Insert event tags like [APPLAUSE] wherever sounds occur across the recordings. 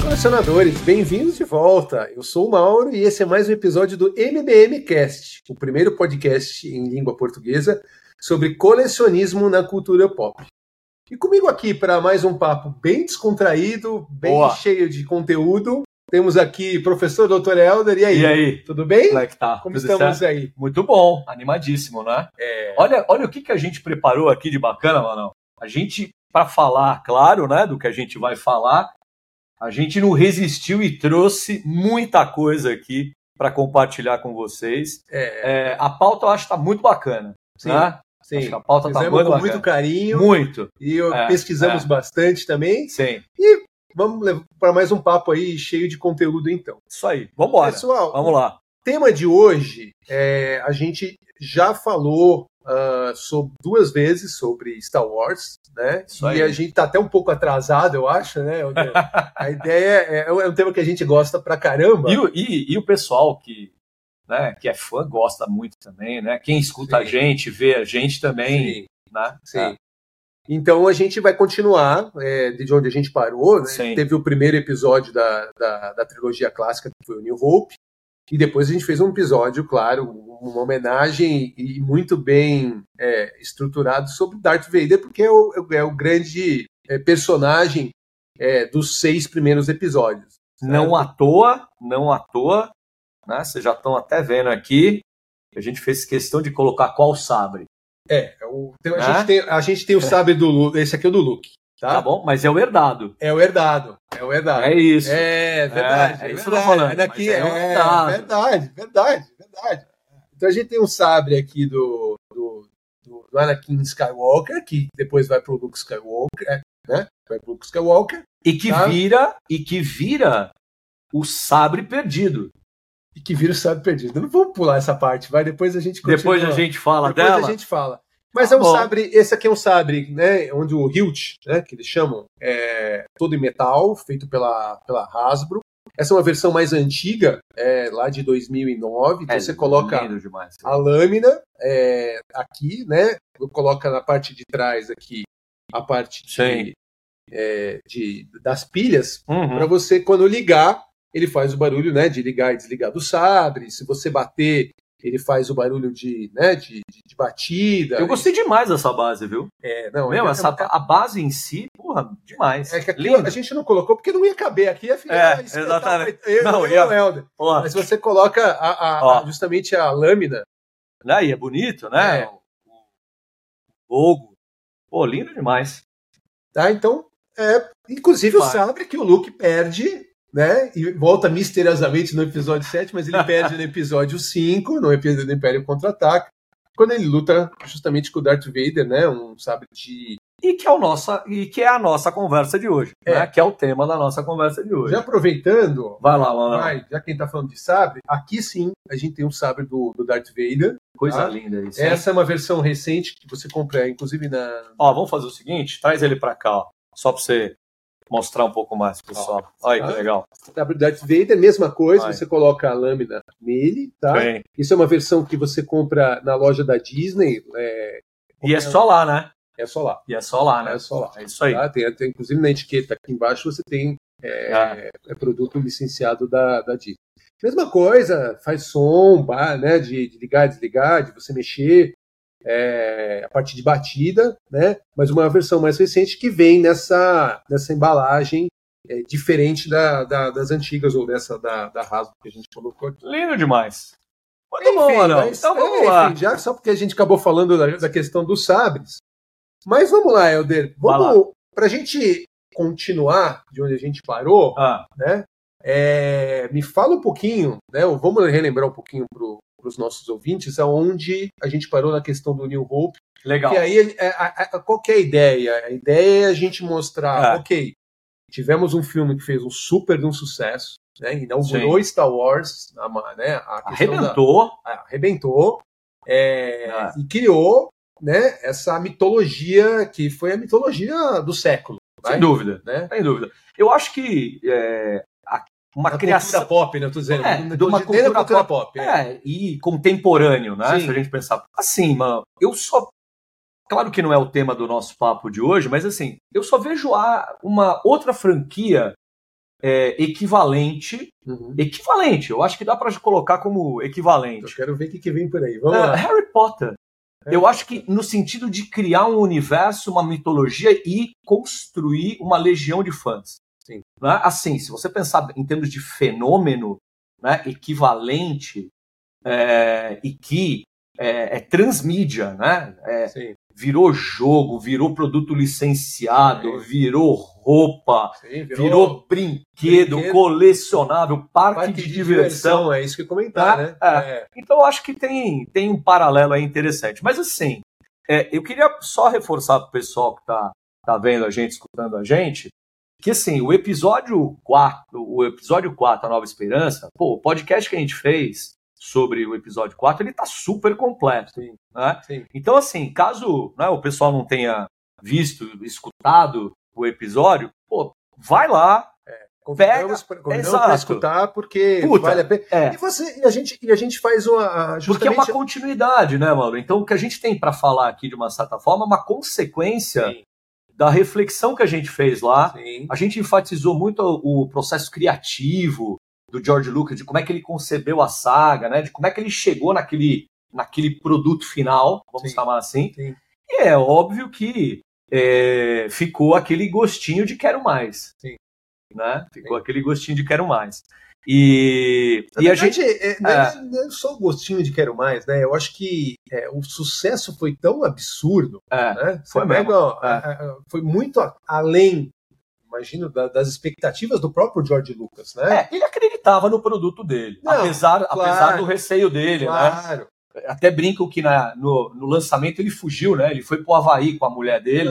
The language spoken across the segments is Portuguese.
colecionadores, bem-vindos de volta. Eu sou o Mauro e esse é mais um episódio do MBM Cast, o primeiro podcast em língua portuguesa sobre colecionismo na cultura pop. E comigo aqui para mais um papo bem descontraído, bem Boa. cheio de conteúdo, temos aqui professor Dr. Helder. E aí? E aí? Tudo bem? Como é que tá? Como Tudo estamos É. certo? aí? Muito bom, animadíssimo, né? Olha, olha o que, que a gente preparou aqui de bacana, Manão. A gente, para falar, claro, né, do que a gente vai falar, a gente não resistiu e trouxe muita coisa aqui para compartilhar com vocês. É, É, a pauta eu acho que tá muito bacana, sim, né? Acho sim. que a pauta tá Fizemos muito com muito bacana. carinho Muito, e eu- É, pesquisamos bastante também. sim. Vamos para mais um papo aí cheio de conteúdo então. Isso aí, vambora. Pessoal, Vamos lá. tema de hoje, é, a gente já falou ah, sob- duas vezes sobre Star Wars, né? Isso E aí. a gente tá até um pouco atrasado, eu acho, né? [LAUGHS] A ideia é, é um tema que a gente gosta pra caramba. E, o- e- e o pessoal que, né, que é fã gosta muito também, né? Quem escuta a Sim. gente, vê a gente também, Sim, né? sim. É. Então a gente vai continuar é, de onde a gente parou, né? Sim. Teve o primeiro episódio da, da, da trilogia clássica, que foi o New Hope, e depois a gente fez um episódio, claro, um, uma homenagem e muito bem é, estruturado sobre Darth Vader, porque é o, é o grande é, personagem é, dos seis primeiros episódios. Não à toa, não à toa, né? Vocês já estão até vendo aqui. que A gente fez questão de colocar qual sabre, É, é o- então a, Ah? gente tem, a gente [LAUGHS] tem o sabre do Luke, esse aqui é o do Luke, tá, tá? bom? Mas é o herdado. É o herdado, é o herdado. É isso. É, verdade. É, é verdade. isso que eu tô falando, É daqui, mas é, é verdade. verdade, verdade, verdade. Então a gente tem um sabre aqui do, do, do- do Anakin Skywalker, que depois vai pro Luke Skywalker, é, né? Vai pro Luke Skywalker. E que Tá. vira e que vira o sabre perdido. E que vira o sabre perdido. Não vamos pular essa parte, vai. Depois a gente continua. Depois a gente fala Depois dela. a gente fala. Mas Tá é um bom. sabre, esse aqui é um sabre, né? Onde o hilt, né? Que eles chamam, é todo em metal, feito pela, pela Hasbro. Essa é uma versão mais antiga, é, lá de 2009. Então É, você coloca lindo demais. a lâmina é, aqui, né? Coloca na parte de trás aqui a parte Sim. de, é, de- das pilhas Uhum. para você quando ligar ele faz o barulho, né? De ligar e desligar do sabre. Se você bater ele faz o barulho de, né? De, de- de batida. Eu gostei demais dessa base, viu? É, não, Meu, é, essa, a base em si, porra, demais. é que aqui Lindo. a gente não colocou porque não ia caber aqui. Ia ficar É, espetar- exatamente. Eu, Não, eu, ia- o Helder. Ó, Mas se você coloca a- a- Ó. justamente a lâmina né? E é bonito, né? É. O logo. Pô, lindo demais. Tá? Então, é, inclusive o Claro. sabre que o Luke perde, né? E volta misteriosamente no episódio 7, mas ele perde no episódio [LAUGHS] 5, no episódio do Império Contra-Ataca, quando ele luta justamente com o Darth Vader, né? Um sabre de. E que é, o nossa, e que é a nossa conversa de hoje. É. Né? Que é o tema da nossa conversa de hoje. Já aproveitando, Vai lá, mano. vai, já quem tá falando de sabre, aqui sim a gente tem um sabre do, do Darth Vader. Coisa Tá. linda isso. hein? Essa é uma versão recente que você compra, inclusive, na. Ó, vamos fazer o seguinte: traz ele pra cá, ó. Só pra você mostrar um pouco mais, pessoal. Olha aí que Tá. legal. Sabre do Darth Vader, mesma coisa, Vai. você coloca a lâmina nele, tá? Bem. Isso é uma versão que você compra na loja da Disney, é, E é só lá, né? é só lá. E é só lá, né? É só lá. É isso aí. tá? Tem, tem- inclusive na etiqueta aqui embaixo você tem É. é, produto licenciado da, da Disney. Mesma coisa, faz som, bah, né, de, de ligar, desligar, de você mexer, é, a parte de batida, né? Mas uma versão mais recente que vem nessa, nessa embalagem é, diferente da- da- das antigas ou dessa da, da Hasbro que a gente colocou aqui. Lindo demais. Muito Tá bom, Arão. mas- Então vamos é, lá. enfim, já só porque a gente acabou falando da, da questão dos sabres. Mas vamos lá, Helder. Vamos para a gente continuar de onde a gente parou, Ah, né? é, me fala um pouquinho, né? ou Vamos relembrar um pouquinho para os nossos ouvintes aonde a gente parou na questão do New Hope. legal. E aí, é, a- a- qual que é a ideia? A ideia é a gente mostrar, Ah. ok, tivemos um filme que fez um super de um sucesso, né? Inaugurou Star Wars, a, ma- né? a questão da- Arrebentou. Ah, arrebentou é, Ah. e criou né, essa mitologia que foi a mitologia do século. Sem Vai. dúvida. Né? Sem dúvida. Eu acho que é, a- uma Da criação. cultura pop, né? Eu tô dizendo. É, dentro de uma da cultura pop. é. É, e contemporâneo, né? Sim. Se a gente pensar. Assim, mano, eu só. Claro que não é o tema do nosso papo de hoje, mas assim, eu só vejo a, uma outra franquia é, equivalente. Uhum. Equivalente, eu acho que dá para colocar como Eu equivalente. quero ver o que, que vem por aí. Vamos É, lá. Harry Potter. Eu acho que no sentido de criar um universo, uma mitologia e construir uma legião de fãs. Sim. Né? Assim, se você pensar em termos de fenômeno né, equivalente é, e que é, é transmídia, né? É, Sim, virou jogo, virou produto licenciado, É. virou roupa, sim, virou, brinquedo, brinquedo. colecionável, parque, parte de, diversão. É isso que eu ia comentar, né? Tá? É. Então eu acho que tem, tem um paralelo aí interessante. Mas assim, é, eu queria só reforçar para o pessoal que está tá vendo a gente, escutando a gente, que assim, o episódio 4, o episódio 4, A Nova Esperança, pô, o podcast que a gente fez sobre o episódio 4, ele tá super completo. Sim. né? Sim. Então, assim, caso né, o pessoal não tenha visto, escutado o episódio, pô, vai lá. Convidamos, pra, convidamos exato. pra escutar, porque Puta. vale a pena. É, E, você, e, a gente, e a gente faz uma. a- Porque é Justamente uma continuidade, né, Mauro? Então, o que a gente tem para falar aqui, de uma certa forma, é uma consequência Sim, da reflexão que a gente fez lá. sim. A gente enfatizou muito o processo criativo do George Lucas, de como é que ele concebeu a saga, né? De como é que ele chegou naquele, naquele produto final, vamos Sim. chamar assim. Sim. E é óbvio que é, ficou aquele gostinho de quero mais. Sim. Né? Ficou aquele gostinho de quero mais. E, Na e a gente. verdade, é, não é- não é só o gostinho de quero mais, né? Eu acho que é, o sucesso foi tão absurdo, é, né? Você foi mesmo. É. pega, ó, a- a- foi muito a- além, imagino, da- das expectativas do próprio George Lucas, né? É, ele acreditava no produto dele, Não, apesar, claro. apesar do receio dele, né? claro. Até brinco que na- no, no lançamento ele fugiu, né? Ele foi pro Havaí com a mulher [LAUGHS] dele.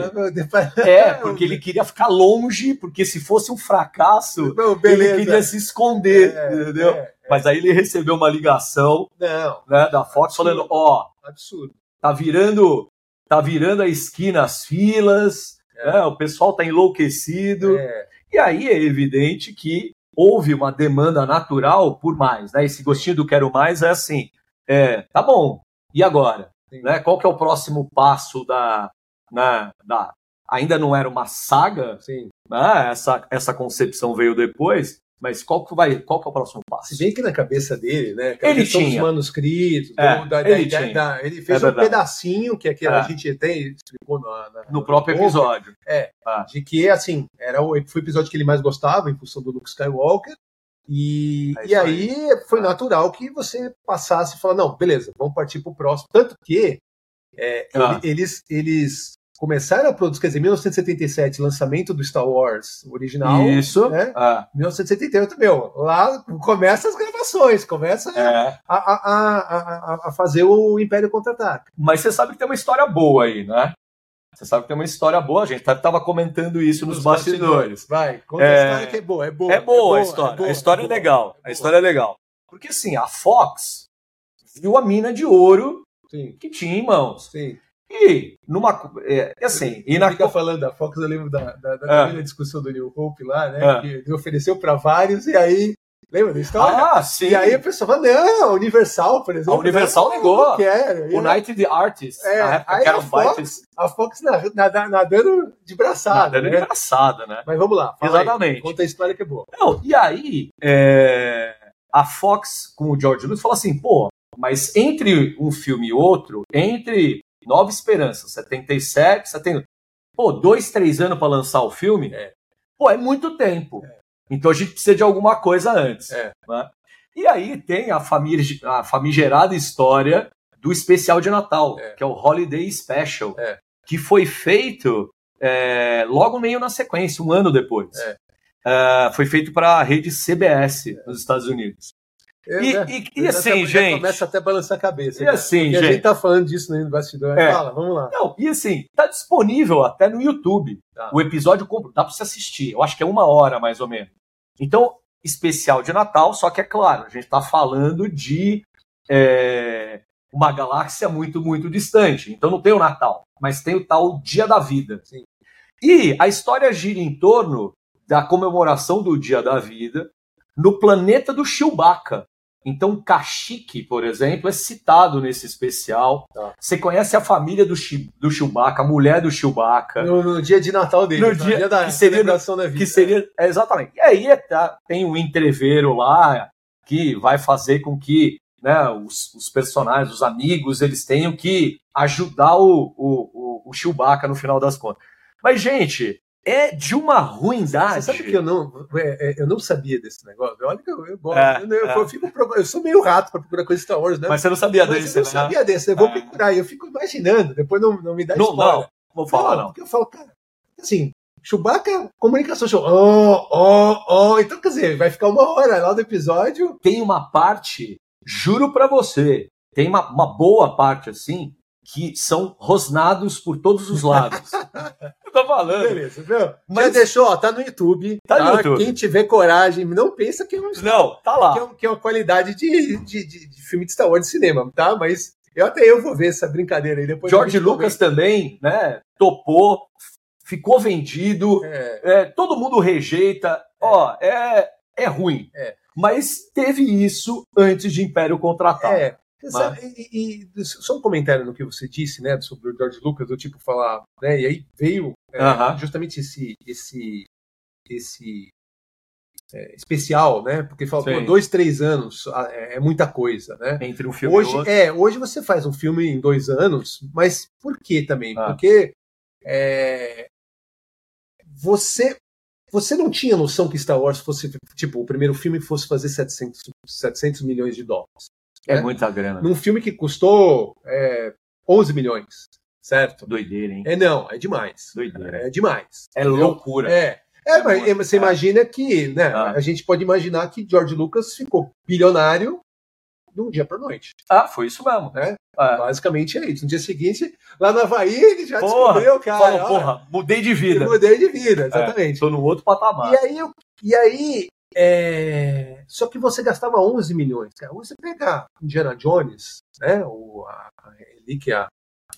É, porque ele queria ficar longe, porque se fosse um fracasso, [LAUGHS] Não, ele beleza. queria se esconder, É, entendeu? é. Mas aí ele recebeu uma ligação Não, né, da Fox falando, ó, absurdo. tá virando, tá virando a esquina as filas, É. né, o pessoal tá enlouquecido. É, E aí é evidente que houve uma demanda natural por mais, né? Esse gostinho do quero mais é assim, é, tá bom, e agora? Sim. Né? Qual que é o próximo passo da, na- da... Ainda não era uma saga, sim. né? essa, essa concepção veio depois, mas qual que, vai, qual que é o próximo passo? Se bem que na cabeça dele, né? aquela Ele questão dos tinha. manuscritos, É, do- da, da- ele da- tinha. da- ele fez É um verdade. pedacinho que, aqui a É. gente até explicou na- na- No próprio Bom, episódio. de que assim era o foi o episódio que ele mais gostava em função do Luke Skywalker e, É isso e aí foi natural que você passasse e falar não beleza vamos partir pro próximo tanto que é, Ah. ele- eles eles começaram a produzir quer dizer 1977 lançamento do Star Wars original Ah, Isso. né? É, 1978 meu lá começa as gravações começa é. a, a, a, a, a fazer o Império contra-ataca Mas você sabe que tem uma história boa aí, né? Você sabe que tem uma história boa, a gente estava comentando isso nos bastidores. vai conta É. a história que é boa é boa É boa a história. a história é, boa, legal. boa. A história é legal. Porque assim, a Fox viu a mina de ouro sim que tinha em mãos. Sim. E numa. co- É, é assim, e na. Fica co- falando da Fox, eu lembro da, da, da Ah. primeira discussão do New Hope lá, né? Ah. Que ele ofereceu pra vários e aí. Lembra da história? Ah, sim. e aí a pessoa fala, não, a Universal, por exemplo. A não, Universal negou. Não quero. E o Night the Artist, É, na época aí que era a um Fox- baita A Fox na- nada- nadando de braçada. era né? engraçada, né? Mas vamos lá. fala aí. Exatamente. Conta a história que é boa. Não, e aí, é, a Fox com o George Lucas falou assim, pô, mas entre um filme e outro, entre Nova Esperança, 77, 70, pô, dois, três anos pra lançar o filme, É. pô, é muito tempo. Então a gente precisa de alguma coisa antes. É. né? E aí tem a, famig- a famigerada história do especial de Natal, É. que é o Holiday Special, É. que foi feito é, logo meio na sequência, um ano depois. É. Ah, foi feito para a rede CBS nos Estados Unidos. Eu, E, né, e- e já- assim, já gente. Começa até a balançar a cabeça. E né? assim, Porque a gente gente. tá falando disso né, no bastidor. É. Fala, vamos lá. Não, e assim, tá disponível até no YouTube. Tá. O episódio completo. Dá pra você assistir. Eu acho que é uma hora, mais ou menos. Então, especial de Natal, só que é claro, a gente tá falando de é, uma galáxia muito, muito distante. Então não tem o Natal, mas tem o tal Dia da Vida. Sim. E a história gira em torno da comemoração do Dia da Vida no planeta do Chewbacca. Então, Cachique, por exemplo, é citado nesse especial. Tá. Você conhece a família do, Chi, do Chewbacca, a mulher do Chewbacca, No, no dia de Natal dele. É. No tá? dia- da que seria- celebração da vida. que seria. é, exatamente. E aí é, tá, tem um entreveiro lá que vai fazer com que né, os, os personagens, os amigos, eles tenham que ajudar o, o, o, o Chewbacca no final das contas. Mas, gente, é de uma ruindade. Você sabe que eu não, é, é, eu não sabia desse negócio? Olha que eu, eu gosto. É, eu, eu- é. eu fico pro- eu sou meio rato pra procurar coisa de Star Wars, né? Mas você não sabia Mas desse, eu não né? sabia desse, eu vou Ah. procurar. e Eu fico imaginando, depois não, não me dá Não, spoiler. não, vou falar não. Porque eu falo, cara, assim, Chewbacca, comunicação, show. Oh, oh, oh. Então, quer dizer, vai ficar uma hora lá do episódio. tem uma parte, juro pra você, tem uma, uma boa parte assim, que são rosnados por todos os lados. eu tô falando. Beleza, viu? É. Mas- Mas deixou, ó, tá no YouTube. Tá no YouTube. Quem tiver coragem, não pensa que é um Não, tá que é, lá. um- que é uma qualidade de, de, de- de filme de Star Wars de cinema, tá? Mas eu até eu vou ver essa brincadeira aí depois. George a gente Lucas também, né? Topou, ficou vendido, comenta. É, é, todo mundo rejeita. Ó, é, é ruim. É. Mas teve isso antes de Império Contratar. é. Você sabe, e, e- e só um comentário no que você disse, né, sobre o George Lucas, do tipo falar, né, e aí veio Aham. justamente esse, esse, esse é, especial, né, porque fala, Sim. pô, dois, três anos ah, é, é muita coisa, né? Entre um filme e Hoje, outro. é, hoje você faz um filme em dois anos, mas por que também? Ah. Porque é, você você não tinha noção que Star Wars fosse, tipo, o primeiro filme fosse fazer 700, 700 milhões de dólares. É, é. muita grana. Num filme que custou é, 11 milhões, certo? Doideira, hein? É não, é demais. Doideira. É demais. É loucura. É. É, mas mas você imagina que, né, Ah. a gente pode imaginar que George Lucas ficou bilionário de um dia para noite. Ah, foi isso mesmo. É. Ah. Basicamente é isso. No dia seguinte, lá na Havaí, ele já Porra, descobriu, cara. Fala, ó, porra, mudei de eu vida. mudei de vida, É, exatamente. Estou num outro patamar. E é aí, eu- e aí é, só que você gastava 11 milhões. Cara. Você pegar Indiana Jones, né, o, a, a Relíquia,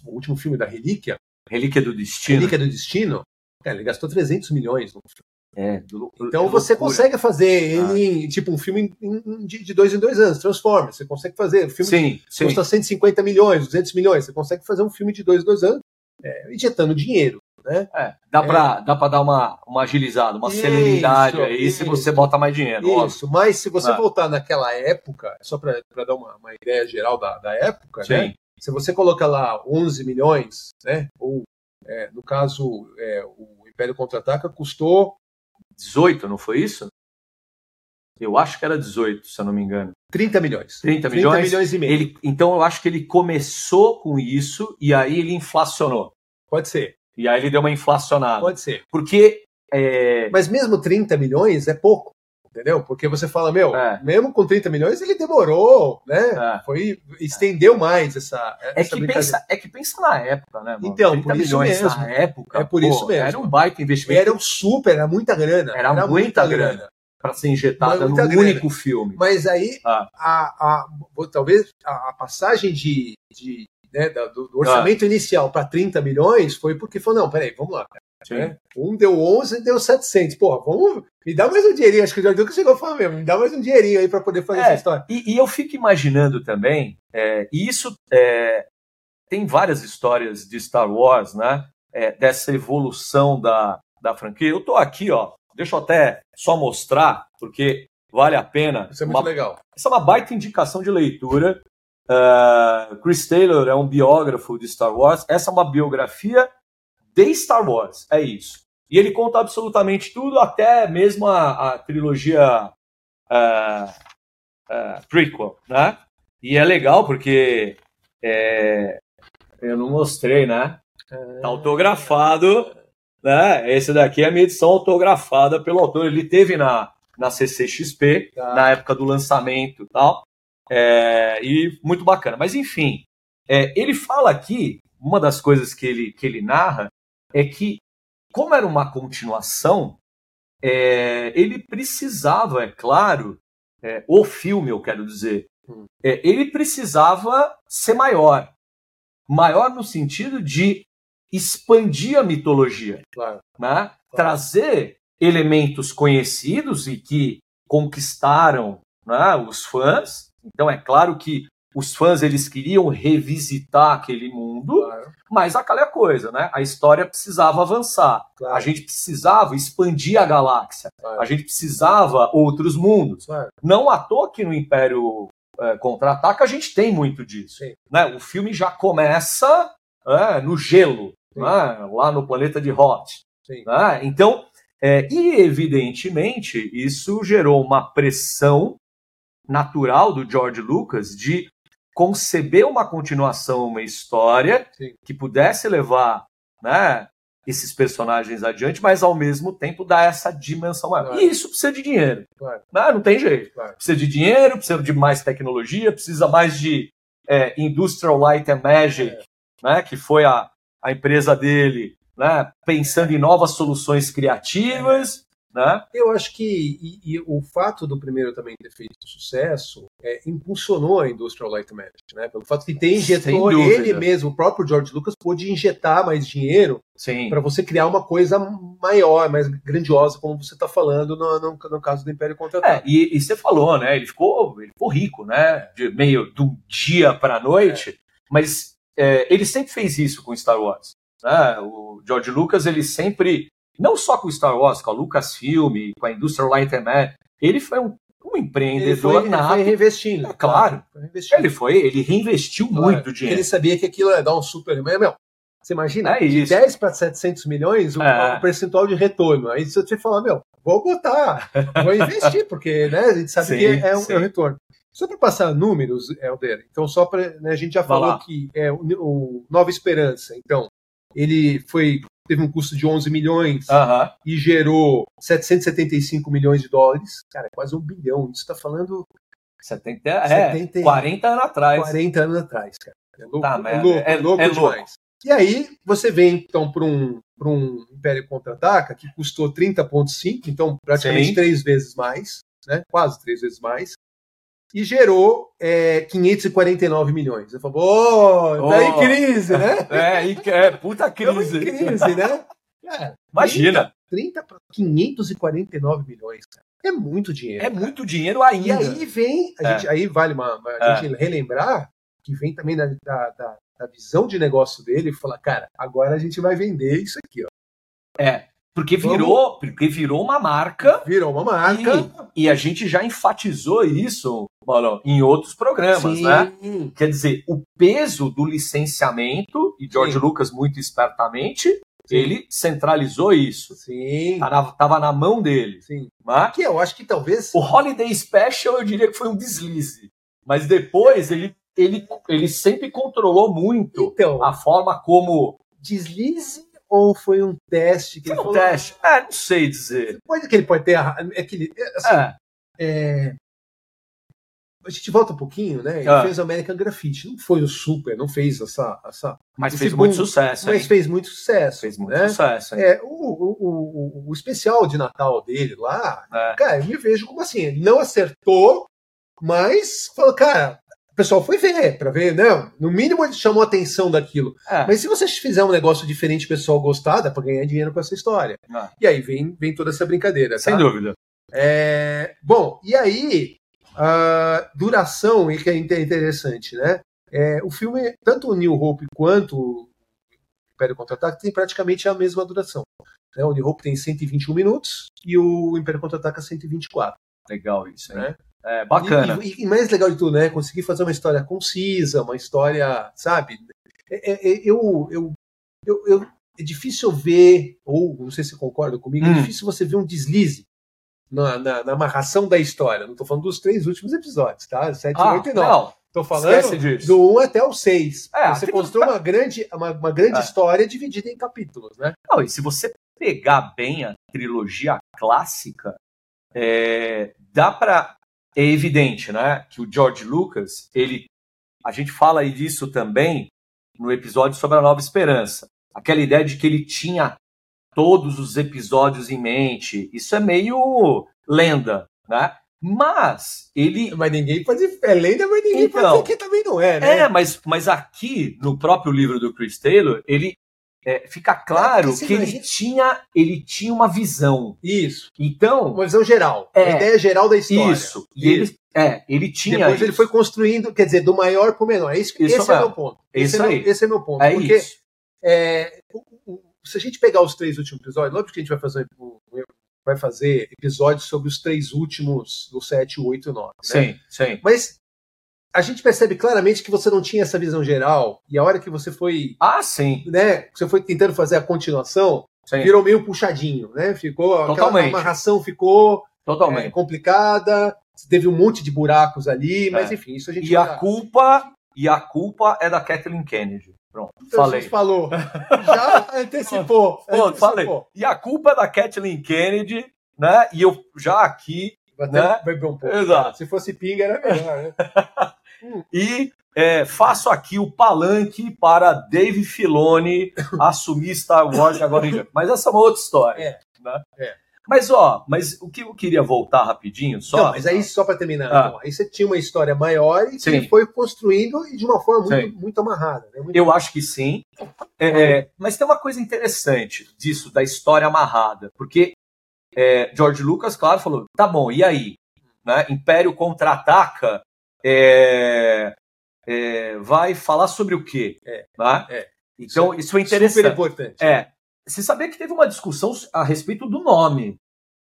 o último filme da Relíquia, Relíquia do destino. Relíquia do Destino, cara, ele gastou 300 milhões. no filme. É, do- Então é você loucura. consegue fazer ele, em, tipo, um filme em- em- de, de dois em dois anos, Transformers. Você consegue fazer um filme Sim, sim. custa 150 milhões, 200 milhões. Você consegue fazer um filme de dois, dois anos é, injetando dinheiro. É, dá, pra, dá pra dar uma, uma agilizada, uma Isso, celeridade aí se isso. você bota mais dinheiro. óbvio. Isso, mas se você É Ah. voltar naquela época, só para dar uma, uma ideia geral da, da época, né? Sim. se você coloca lá 11 milhões, né? ou é, no caso, é, o Império Contra-Ataca custou 18, não foi isso? Eu acho que era 18, se eu não me engano. 30 milhões. 30 30 milhões. milhões, e meio. Ele, então eu acho que ele começou com isso e aí ele inflacionou. Pode ser, E aí ele deu uma inflacionada. pode ser. Porque é, Mas mesmo 30 milhões é pouco, entendeu? Porque você fala, meu, É. mesmo com 30 milhões ele demorou, né? é, Foi, estendeu mais essa, É essa que, brincadeira. pensa, é que pensa na época, né? Mano? Então, 30 por isso milhões mesmo. na época. É por pô, isso mesmo. Era um baita investimento Era um super, era muita grana. Era muita grana. pra ser injetada É, Mas num muita grana. único filme. Mas aí, Ah. a, a- bo- talvez a, a passagem de, de, né, da- do, do orçamento Ah. inicial para 30 milhões foi porque falou: não, peraí, vamos lá. né? Um deu 11, deu 700. Porra, vamos. Me dá mais um dinheirinho. Acho que o Jorge Lucas chegou a falar mesmo. Me dá mais um dinheirinho aí para poder fazer É. essa história. E, e eu fico imaginando também, é, e isso é, tem várias histórias de Star Wars, né? É, dessa evolução da, da franquia. Eu tô aqui, ó. Deixa eu até só mostrar, porque vale a pena. Isso é muito uma legal. Essa é uma baita indicação de leitura. Ah, Chris Taylor é um biógrafo de Star Wars. Essa é uma biografia de Star Wars. É isso. E ele conta absolutamente tudo, até mesmo a, a trilogia ah, ah, prequel, né? E é legal porque é, eu não mostrei, né? Tá autografado, né? Esse daqui é a minha edição autografada pelo autor. Ele teve na, na CCXP Tá. na época do lançamento e tal. É, e muito bacana. Mas enfim, é, ele fala aqui, uma das coisas que ele, que ele narra é que, como era uma continuação, é, ele precisava, é claro, é, o filme, eu quero dizer, Hum. é, ele precisava ser maior. Maior no sentido de expandir a mitologia Claro. né? trazer elementos conhecidos e que conquistaram né, os fãs Então é claro que os fãs eles queriam revisitar aquele mundo, Claro. mas aquela coisa, né? A história precisava avançar. Claro. A gente precisava expandir a galáxia. Claro. A gente precisava outros mundos. Claro. Não à toa que no Império é, Contra-Ataca a gente tem muito disso. Sim. Né? O filme já começa é, no gelo, Sim. né? lá no planeta de Hot. Sim. né? Então, é, e evidentemente, isso gerou uma pressão natural do George Lucas de conceber uma continuação, uma história Sim. que pudesse levar né, esses personagens adiante, mas ao mesmo tempo dar essa dimensão maior. Claro. E isso precisa de dinheiro. Claro. Né? Não tem jeito. Claro. Precisa de dinheiro, precisa de mais tecnologia, precisa mais de é, Industrial Light and Magic, né, que foi a, a empresa dele, né, pensando em novas soluções criativas. Né? Eu acho que e- e o fato do primeiro também ter feito sucesso é, impulsionou a Industrial Light and Magic, né? Pelo fato que tem Sem injetor, dúvida. ele mesmo, o próprio George Lucas, pôde injetar mais dinheiro Sim. para você criar uma coisa maior, mais grandiosa, como você está falando no, no- no caso do Império contra É, e, e você falou, né? Ele ficou, ele ficou rico, né? De meio do dia para noite, mas é, ele sempre fez isso com Star Wars. Né? O George Lucas, ele sempre, não só com Star Wars, com a Lucasfilm, com a Industrial Light and Magic, ele foi um, um Ele empreendedor foi, ele nato. foi reinvestindo. É, claro. Foi reinvestindo. Ele foi, ele reinvestiu Claro, muito porque dinheiro. Ele sabia que aquilo ia dar um super. Mas, meu, você imagina? É de isso. 10 para 700 milhões, o, É. o percentual de retorno. Aí você te fala, meu, vou botar, vou investir, porque né, a gente sabe [LAUGHS] Sim, que é um, sim. é um retorno. Só para passar números, Helder, então só para. a gente já Vai falou lá. que é o, o Nova Esperança, então, ele foi. Teve um custo de 11 milhões Aham. e gerou 775 milhões de dólares. Cara, é quase um bilhão. Isso está falando 70, é, 70. 40 anos atrás. 40 anos atrás, cara. É louco, Tá, é merda. louco, É- é louco é demais. E aí, você vem, então, para um, pra um Império Contra-Ataca, que custou 30,5, então praticamente Sim. três vezes mais, né? Quase três vezes mais. E gerou é, 549 milhões. Eu falo, ô, tá Ô. em crise, [LAUGHS] né? É, e- é, puta Estamos crise. em crise, né? Cara, Imagina, 30 para 549 milhões, cara. É muito dinheiro. é cara. muito dinheiro E ainda. aí vem, a É. gente, aí vale uma, uma- a gente relembrar que vem também da, da, da- da visão de negócio dele e falar, cara, agora a gente vai vender isso aqui, ó. Porque virou, porque virou uma marca Virou uma marca. e, e a gente já enfatizou isso, Mauro, em outros programas, né? Sim. Quer dizer, o peso do licenciamento, e George Sim. Lucas muito espertamente, ele centralizou isso. Sim. Tá na- Tava na mão dele. Sim. né? Que eu acho que talvez. O Holiday Special eu diria que foi um deslize. Mas depois ele, ele, ele sempre controlou muito Então, a forma como. deslize ou foi um teste que Foi ele um falou? teste. É, não sei dizer. Pode que ele pode ter errado. É que ele- é, assim, É, a gente volta um pouquinho, né? Ele Ah. fez o American Graffiti. Não foi o super, não fez essa. essa mas Esse fez muito boom- sucesso. mas hein? fez muito sucesso. Fez muito né? sucesso. hein? É, o, o- o- o- o especial de Natal dele lá, É. cara, eu me vejo como assim, ele não acertou, mas falou, cara, o pessoal foi ver, pra ver, não, no mínimo ele chamou a atenção daquilo. É. Mas se você fizer um negócio diferente, o pessoal gostar, dá pra ganhar dinheiro com essa história. Ah. E aí vem, vem toda essa brincadeira, Sem tá? dúvida. É, bom, e aí, a duração, e que é inte- interessante, né? É, o filme, tanto o New Hope quanto o Império Contra-Ataca, tem praticamente a mesma duração. né? O New Hope tem 121 minutos e o Império Contra-Ataca 124. Legal isso, hein? Né? É, bacana. E, e- e mais legal de tudo, né? Conseguir fazer uma história concisa, uma história, sabe? É- é- é- eu, eu, eu, eu- é difícil ver, ou não sei se você concorda comigo, Hum. é difícil você ver um deslize na, na, na amarração da história. Não tô falando dos três últimos episódios, tá? 7, Ah, 8 e 9. não, Tô esquece falando disso. do 1 até o 6. É, você aquilo- construiu uma grande, uma, uma grande É. história dividida em capítulos, né? Não, e se você pegar bem a trilogia clássica, é, dá pra. É evidente, né, que o George Lucas, ele, a gente fala aí disso também no episódio sobre a Nova Esperança. Aquela ideia de que ele tinha todos os episódios em mente. Isso é meio lenda, né? Mas ele Mas ninguém pode. É lenda, mas ninguém Então. pode dizer que também não é, né? É, mas, mas aqui, no próprio livro do Chris Taylor, ele é, fica claro Você que ele imagina- tinha, ele tinha uma visão. Isso. Então, Uma visão geral. É. Uma ideia geral da história. isso. E ele, É, ele tinha. Depois isso. ele foi construindo, quer dizer, do maior para o menor. Esse, isso esse é meu ponto. Esse, é aí. Meu, esse é meu ponto. É porque isso. É, se a gente pegar os três últimos episódios, lógico que a gente vai fazer, vai fazer episódios sobre os três últimos, do 7, 8 e 9. Né? Sim, sim. Mas a gente percebe claramente que você não tinha essa visão geral, e a hora que você foi. Ah, sim. Né, você foi tentando fazer a continuação, sim. virou meio puxadinho, né? Ficou. É. Totalmente. A amarração ficou Totalmente. É, complicada, teve um monte de buracos ali, mas enfim, isso a gente. É. tá. E já... a culpa. E a culpa é da Kathleen Kennedy. Pronto, falei. Jesus Então, [LAUGHS] falou. Já antecipou. Pronto, antecipou. falei. E a culpa é da Kathleen Kennedy, né? E eu já aqui. Até né? beber um pouco. Exato. Se fosse pinga, era melhor, né? e é, faço aqui o palanque para Dave [LAUGHS] Filoni assumir Star Wars agora em diante. Mas essa é uma outra história. É. Né? é. Mas, ó, mas o que eu queria voltar rapidinho, [LAUGHS] só. Não, mas aí só para terminar, ah. então, aí você tinha uma história maior e sim. que foi construindo de uma forma muito, muito amarrada. Né? Muito eu acho que sim. É, mas tem uma coisa interessante disso, da história amarrada, porque é, George Lucas, claro, falou: tá bom, e aí? Né? Império contra-ataca. É, vai falar sobre o quê? Né? Então, isso, isso é interessante. Super importante. É, você sabia que teve uma discussão a respeito do nome.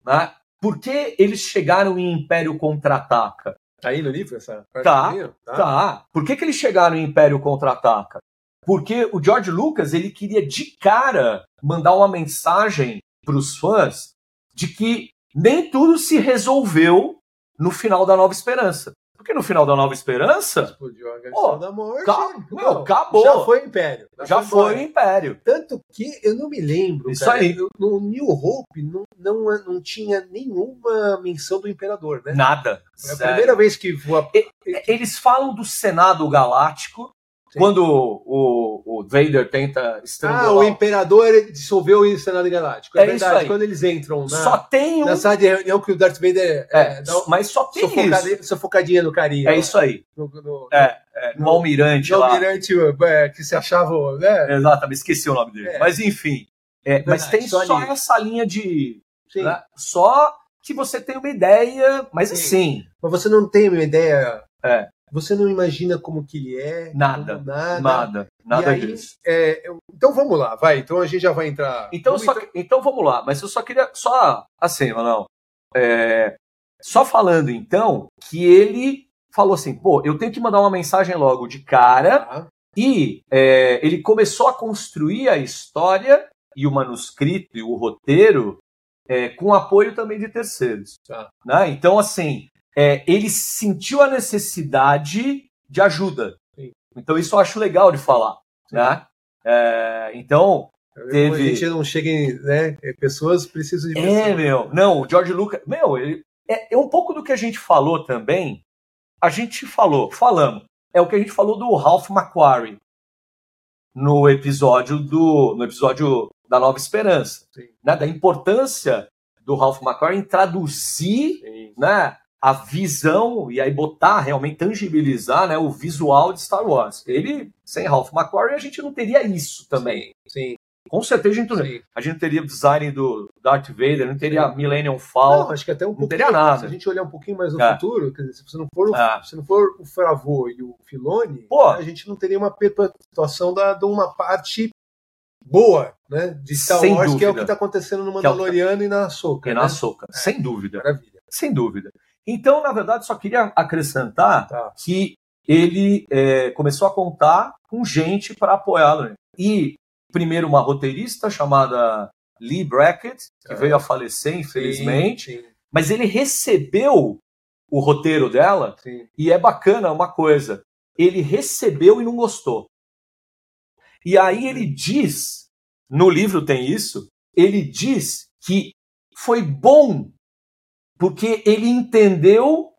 Né? Por que eles chegaram em Império Contra-Ataca? Tá aí no livro essa parte tá, do livro? tá, tá. Por que, que eles chegaram em Império Contra-Ataca? Porque o George Lucas ele queria de cara mandar uma mensagem para os fãs de que nem tudo se resolveu no final da Nova Esperança. Porque no final da Nova Esperança. Explodiu a questão oh, da morte. Ca... Meu, acabou. Já foi o Império. Já, já foi, o Império. Tanto que eu não me lembro. Isso cara, aí. Eu, no New Hope não, não, não tinha nenhuma menção do Imperador, né? Nada. É a primeira vez que. Voa... Eles falam do Senado Galáctico. Sim. Quando o, o, Vader tenta estrangular. Ah, o Imperador dissolveu o Senado Galáctico. É, é verdade. Isso aí. Quando eles entram na, só tem um... na sala de reunião que o Darth Vader. É, é dá, mas só tem sufocadinha, isso. Sufocadinha no carinha. É isso aí. No, no, é, é, no, no almirante. No almirante é, que se achava. Né? Exatamente, esqueci o nome dele. Mas enfim. É. Verdade, mas tem só, linha. essa linha de. Sim. Né? Só que você tem uma ideia, mas Sim. assim. Mas você não tem uma ideia. É. Você não imagina como que ele é, nada, nada, nada, nada aí, disso. É, então vamos lá, vai. Então a gente já vai entrar. Então vamos, só, então... então... vamos lá. Mas eu só queria só assim, Manão. É, só falando então que ele falou assim, pô, eu tenho que mandar uma mensagem logo de cara. Ah. E é, ele começou a construir a história e o manuscrito e o roteiro é, com apoio também de terceiros. Ah. Né? Então assim. É, ele sentiu a necessidade de ajuda. Sim. Então isso eu acho legal de falar, Sim. né? É, então teve. A gente não chega em, né? Pessoas precisam de. É pessoas. meu, não. O George Lucas, meu, ele... é, é, um pouco do que a gente falou também. A gente falou, falamos. É o que a gente falou do Ralph McQuarrie no episódio do no episódio da Nova Esperança, né? Da importância do Ralph McQuarrie em traduzir, Sim. né? a visão e aí botar realmente tangibilizar né, o visual de Star Wars. Ele sem Ralph McQuarrie a gente não teria isso também. Sim. Com certeza a gente, não, Sim. a gente não teria o design do Darth Vader, não teria Sim. Millennium Falcon. É. Não, acho que até um não pouco. teria nada. Se a gente olhar um pouquinho mais no É. futuro, quer dizer, se não for o, É. se não for o Fravô e o Filone, Pô. a gente não teria uma perpetuação da, de uma parte boa, né? De Star Sem Wars, que é o que dúvida. está acontecendo no Que é o- Mandaloriano e na Soca. É né? na soca, sem dúvida, Maravilha. sem dúvida. Então, na verdade, só queria acrescentar Tá. que ele é, começou a contar com gente para apoiá-lo. né? E primeiro uma roteirista chamada Lee Brackett, que É. veio a falecer, infelizmente. Sim, sim, mas ele recebeu o roteiro dela sim. e é bacana uma coisa. Ele recebeu e não gostou. E aí ele diz, no livro tem isso, ele diz que foi bom porque ele entendeu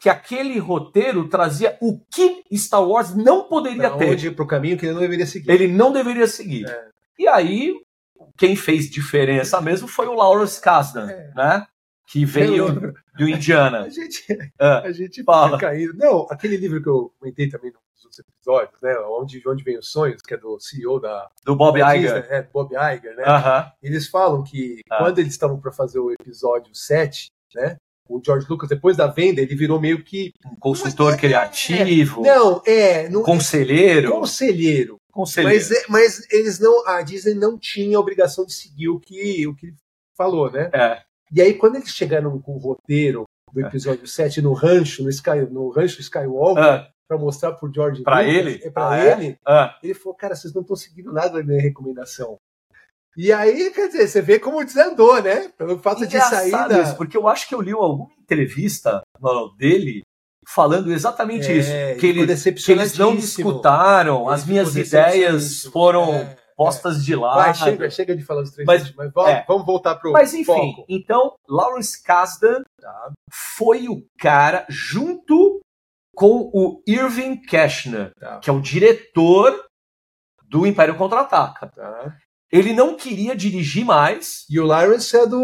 que aquele roteiro trazia o que Star Wars não poderia Pra ter. onde ir pro caminho que ele não deveria seguir. Ele não deveria seguir. É. E aí, quem fez diferença mesmo foi o Lawrence Kasdan, É. né? Que Eu veio lembro. do [LAUGHS] A Indiana. gente, Ah, A gente Fala. fica caindo. Não, aquele livro que eu comentei também nos outros episódios, né? Onde, onde vem os sonhos, que é do CEO da do Bob da Iger. Disney, é, do Bob Iger, né? Aham. Eles falam que Ah. quando eles estavam para fazer o episódio 7, né? o George Lucas, depois da venda, ele virou meio que. Um consultor mas, criativo. É, não, é. Não, conselheiro. Conselheiro. Conselheiro. Mas, é, mas eles não. A Disney não tinha a obrigação de seguir o que, o que ele falou, né? É. E aí, quando eles chegaram com o roteiro do episódio é. 7 no rancho, no, Sky, no rancho Skywalker, é. para mostrar pro George Para ele? É para ah, ele. É? Ele falou, cara, vocês não estão seguindo nada da minha recomendação. E aí, quer dizer, você vê como desandou, né? Pelo fato Engraçado de sair da... ah. Isso, porque eu acho que eu li alguma entrevista ah, dele falando exatamente é, isso. Que, ele, que eles não escutaram, ele as minhas ideias foram é, postas é. de lado. Vai, chega, chega de falar os três mas, mas é. vamos, vamos, voltar pro Mas enfim, foco. então, Lawrence Kasdan tá. foi o cara, junto com o Irving Keschner, tá. que é o diretor do Império Contra-Ataca. Tá. Ele não queria dirigir mais. E o Lawrence é do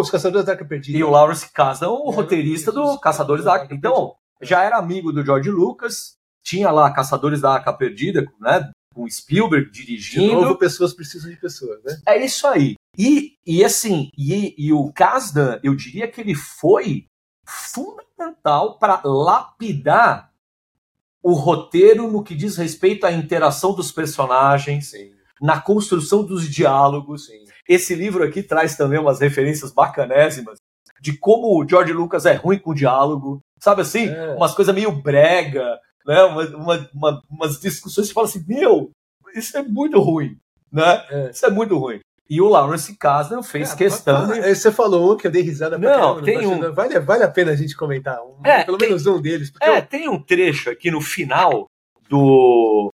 Os Caçadores da Arca Perdida. E o Lawrence Kasdan, o é, roteirista do Caçadores da Arca. Então, já era amigo do George Lucas, tinha lá Caçadores da Arca Perdida, né? Com Spielberg dirigindo. De novo, pessoas precisam de pessoas, né? É isso aí. E, e assim, e, e o Kasdan, eu diria que ele foi fundamental para lapidar o roteiro no que diz respeito à interação dos personagens. Sim na construção dos diálogos. Sim. Esse livro aqui traz também umas referências bacanésimas de como o George Lucas é ruim com diálogo, sabe assim? É. Umas coisas meio brega, né? Uma, uma, uma, umas discussões que falam assim: meu, isso é muito ruim, né? É. Isso é muito ruim. E o Lawrence Kasdan Ah, fez é, questão. Mas, mas, você falou um que eu dei risada pra Não, tem um... vale, vale a pena a gente comentar. Um, pelo tem, menos um deles. É, eu... tem um trecho aqui no final do.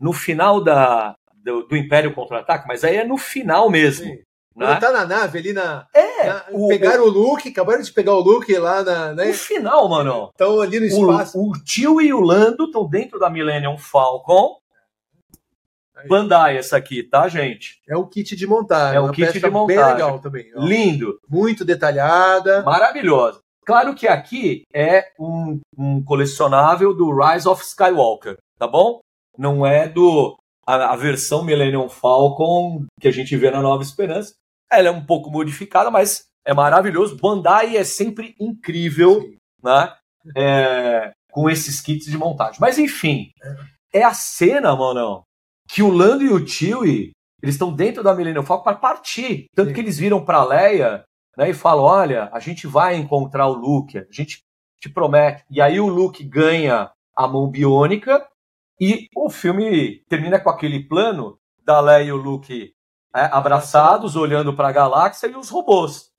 No final da, do, do, Império Contra-Ataque, mas aí é no final mesmo. Sim. Né? tá na nave ali na. É! Na, o, pegaram o, o Luke, acabaram de pegar o Luke lá na. Né? No final, mano. Estão ali no espaço. O, o tio e o Lando estão dentro da Millennium Falcon. Aí. Bandai, essa aqui, tá, gente? É um kit de montagem. É um kit de montagem. Bem legal também. Ó. Lindo. Muito detalhada. Maravilhosa. Claro que aqui é um, um colecionável do Rise of Skywalker, tá bom? Não é do a, versão Millennium Falcon que a gente vê na Nova Esperança. Ela é um pouco modificada, mas é maravilhoso. Bandai é sempre incrível, Sim. né? É, com esses kits de montagem. Mas enfim, é a cena, mano, que o Lando e o Chewie eles estão dentro da Millennium Falcon para partir. Tanto Sim. que eles viram para Leia, né? E falam: olha, a gente vai encontrar o Luke, a gente te promete. E aí o Luke ganha a mão biônica e o filme termina com aquele plano da Leia e o Luke é, abraçados, olhando para a galáxia e os robôs,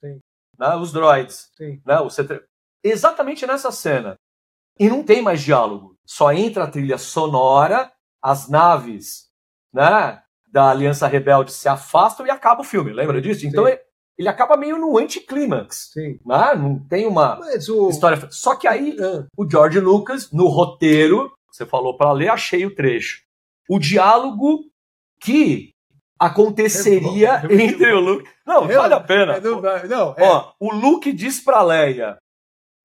né, os droids. Né, o C3... Exatamente nessa cena. E não tem mais diálogo. Só entra a trilha sonora, as naves né, da Aliança Rebelde se afastam e acaba o filme. Lembra disso? Então ele, ele acaba meio no anticlímax. Né? Não tem uma o... história. Só que aí ah. o George Lucas, no roteiro, você falou para ler, achei o trecho. O diálogo que aconteceria é bom, é entre bom. o Luke. Não, eu, vale a pena. É, não, não, Ó, o Luke diz para Leia: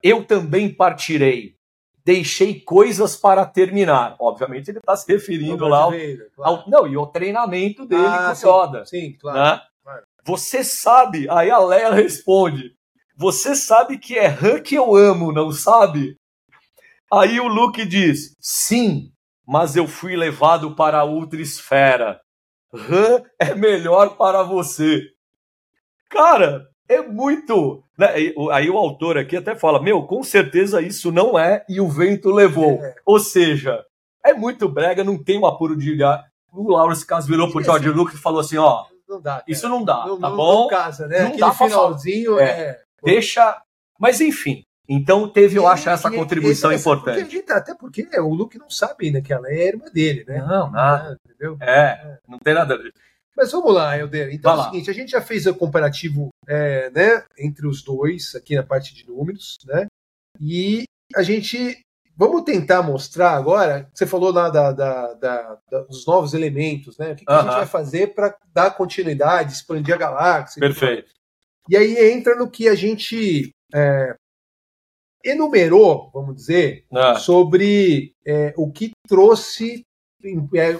Eu também partirei. Deixei coisas para terminar. Obviamente, ele está se referindo lá ao, é claro. ao, Não, e ao treinamento dele ah, com sim, Yoda. Sim, claro, né? claro. Você sabe, aí a Leia responde: Você sabe que é Han que eu amo, não sabe? Aí o Luke diz: Sim, mas eu fui levado para a outra esfera. Han é melhor para você. Cara, é muito. Né? Aí o autor aqui até fala: Meu, com certeza isso não é e o vento levou. É. Ou seja, é muito brega, não tem um apuro de olhar. O Lawrence Cass virou pro George Lucas e falou assim: Ó, não dá, cara. isso não dá, não, tá bom? Não casa, né? Não Aquele dá finalzinho é. é. Deixa. Mas enfim, então teve, eu acho, é essa contribuição essa, importante. Porque gente, até porque o Luke não sabe ainda que ela é irmã dele, né? Não, nada. Ah, entendeu? É, é, não tem nada disso. Mas vamos lá, Helder. Então Vai é o lá. seguinte, a gente já fez o comparativo é, né, entre os dois aqui na parte de números, né? E a gente. Vamos tentar mostrar agora. Você falou lá da, da, da, dos novos elementos, né? O que, que uh -huh. a gente vai fazer para dar continuidade, expandir a galáxia. Perfeito. E, e aí entra no que a gente é, enumerou, vamos dizer, ah. [LAUGHS] sobre é, o que trouxe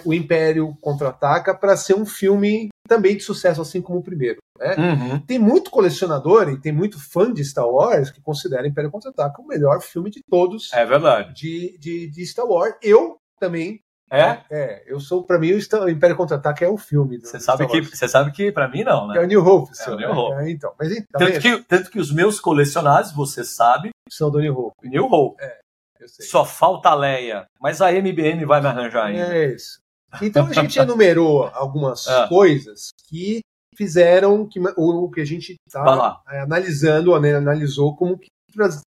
o Império Contra-Ataca para ser um filme também de sucesso, assim como o primeiro. Né? Uhum. Tem muito colecionador e tem muito fã de Star Wars que considera Império Contra-Ataca o melhor filme de todos. É verdade. De, de, de Star Wars. Eu também. É? Né? É, eu sou, pra mim, o Império Contra-Ataca é o filme. Você sabe, que, você sabe que, pra mim, não, né? É o New Hope. Seu, é o New né? Hope. É, então, mas, então, tanto, que, tanto que os meus colecionados, você sabe... São do New Hope. New Hope. É, Só falta a Leia. Mas a MBM vai me arranjar ainda. É isso. Então a gente enumerou [LAUGHS] algumas Ah. é. coisas que fizeram que o que a gente está analisando, né, analisou como que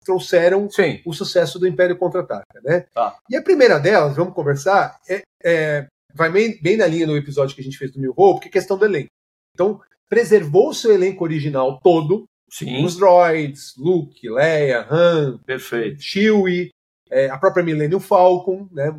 trouxeram Sim. o sucesso do Império Contra-Ataca, né? Tá. E a primeira delas, vamos conversar, é, é, vai bem, bem na linha do episódio que a gente fez do New Hope, que é questão do elenco. Então, preservou o seu elenco original todo, Sim. os droids, Luke, Leia, Han, Perfeito. Chewie, é, a própria Millennium Falcon, né?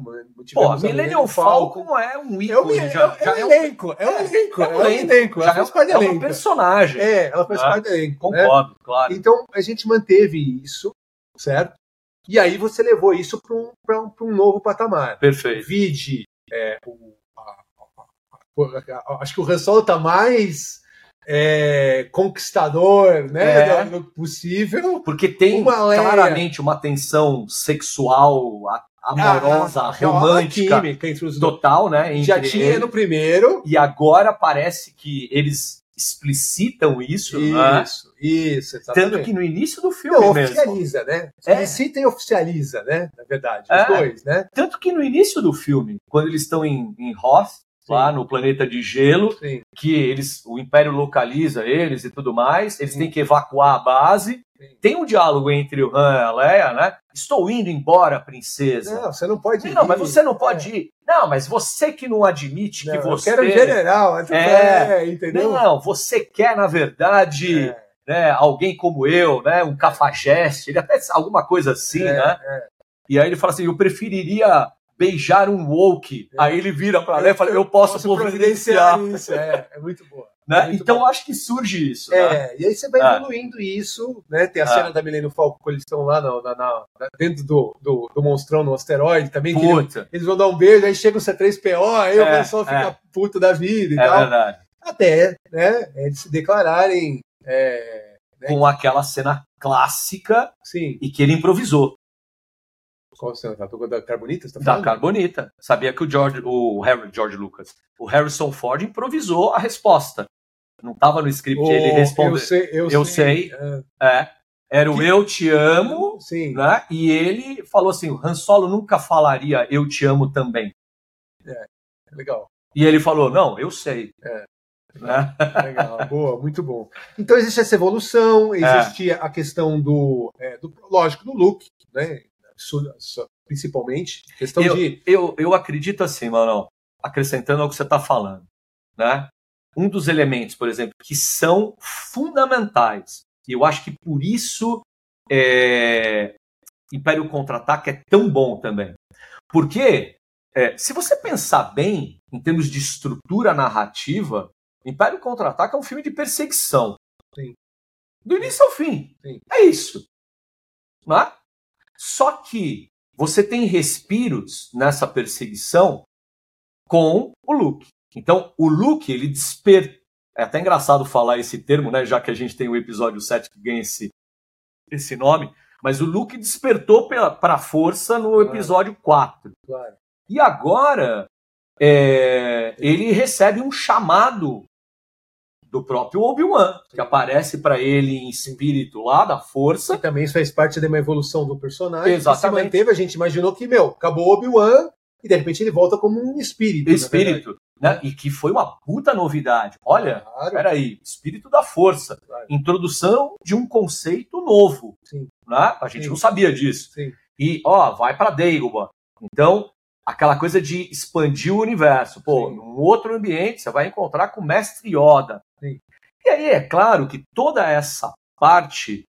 Pô, Millennium Falcon, Falcon, é um ícone. É, já, é, já é, um elenco, é um elenco, é um elenco. É um elenco, elenco ela faz parte é uma personagem. É, ela faz parte do elenco. Concordo, né? claro. Então, a gente manteve isso, certo? E aí você levou isso para um, pra um, pra um novo patamar. Perfeito. Vide, o, a, a, a, acho que o Han Solo tá mais... É, conquistador, né? É. Do, do possível. Porque tem é uma claramente uma tensão sexual, amorosa, ah, romântica, é química, total, né? Já tinha ele. no primeiro. E agora parece que eles explicitam isso, isso, né? Isso, exatamente. Tanto que no início do filme Não, mesmo. Oficializa, né? Explicita é. e oficializa, né? Na verdade, É. os dois, né? Tanto que no início do filme, quando eles estão em, em Hoth, lá no planeta de gelo, Sim. que eles, o Império localiza eles e tudo mais, eles Sim. têm que evacuar a base. Sim. Tem um diálogo entre o Han e a Leia, né? Estou indo embora, princesa. Não, você não pode não, ir. Não, mas você não pode é. ir. Não, mas você que não admite não, que você. Eu quero um general, é, é, entendeu? Não, você quer, na verdade. É. Né, alguém como eu, né, um cafajeste, ele até alguma coisa assim, né? E aí ele fala assim: eu preferiria beijar um woke. É. Aí ele vira para lá e fala, eu posso, posso providenciar. providenciar. Isso, é, é muito boa. [LAUGHS] Né? Muito então bom. acho que surge isso. É, né? e aí você vai é. evoluindo isso, né? Tem a Tá. cena da Milênio Falco quando eles estão lá na, na, na, dentro do, do, do, monstrão no asteroide também. Puta. Ele, eles, vão dar um beijo, aí chega o C3PO, aí o pessoal fica puto da vida e é tal. Verdade. Até, né? Eles se declararem. é, Né? Com aquela cena clássica Sim. e que ele improvisou. Qual cena? Tá? Da Carbonita? Tá da Carbonita. Sabia que o George, o Harry, George Lucas, o Harrison Ford improvisou a resposta. Não estava no script, oh, ele respondeu. Eu sei. Eu, eu sei. sei. É. Era o que... Eu Te Amo, Sim. né? E ele falou assim: o Han Solo nunca falaria Eu Te Amo também. É, legal. E ele falou: não, eu sei. Né? É. Legal, legal, [LAUGHS] boa, muito bom. Então existe essa evolução, existe é. a questão do, é, do lógico do look, né? principalmente. Questão eu, de. Eu, eu acredito assim, Maurão, acrescentando ao que você está falando. Né? Um dos elementos, por exemplo, que são fundamentais, e eu acho que por isso é, Império Contra-Ataque é tão bom também. Porque, é, se você pensar bem, em termos de estrutura narrativa, Império Contra-Ataque é um filme de perseguição. Sim. Do início ao fim. Sim. É isso. Não é? Só que você tem respiros nessa perseguição com o Luke. Então, o Luke, ele desperta. É até engraçado falar esse termo, né? Já que a gente tem o episódio 7 que ganha esse, esse nome. Mas o Luke despertou para a força no episódio claro. 4. Claro. E agora, é, ele recebe um chamado do próprio Obi-Wan, que aparece para ele em espírito lá da força. E também isso faz parte de uma evolução do personagem. Exatamente. Que se manteve, a gente imaginou que, meu, acabou o Obi-Wan e de repente ele volta como um espírito. Espírito. Né? E que foi uma puta novidade. Olha, claro. peraí, espírito da força. Claro. Introdução de um conceito novo. Sim. Né? A gente Sim. não sabia disso. Sim. E, ó, vai para Dagobah. Então, aquela coisa de expandir o universo. Pô, Sim. num outro ambiente você vai encontrar com o mestre Yoda. Sim. E aí é claro que toda essa parte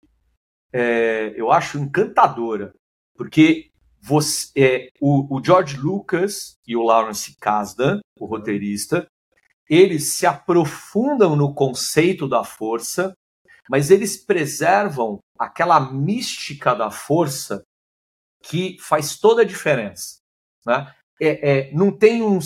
é, eu acho encantadora, porque você, é, o, o, George Lucas e o Lawrence Kasdan, o roteirista, eles se aprofundam no conceito da força, mas eles preservam aquela mística da força que faz toda a diferença. Né? é, é, não tem um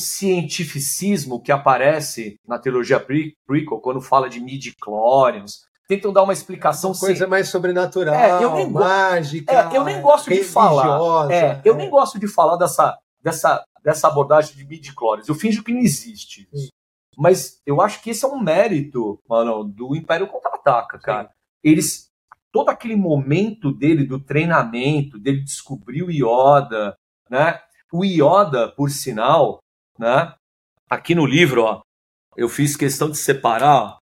cientificismo que aparece na trilogia pre prequel quando fala de midi-clórians. Tentam dar uma explicação. Uma coisa sem... mais sobrenatural, é, eu nem mágica. É, eu nem gosto de falar. É, eu nem gosto de falar dessa, dessa, dessa abordagem de midi-clórians. Eu finjo que não existe. Sim. Mas eu acho que esse é um mérito, mano, do Império Contra-Ataca, cara. Sim. Eles. Todo aquele momento dele, do treinamento, dele descobrir o Yoda, né? O Yoda, por sinal, né? Aqui no livro, ó, eu fiz questão de separar, ó,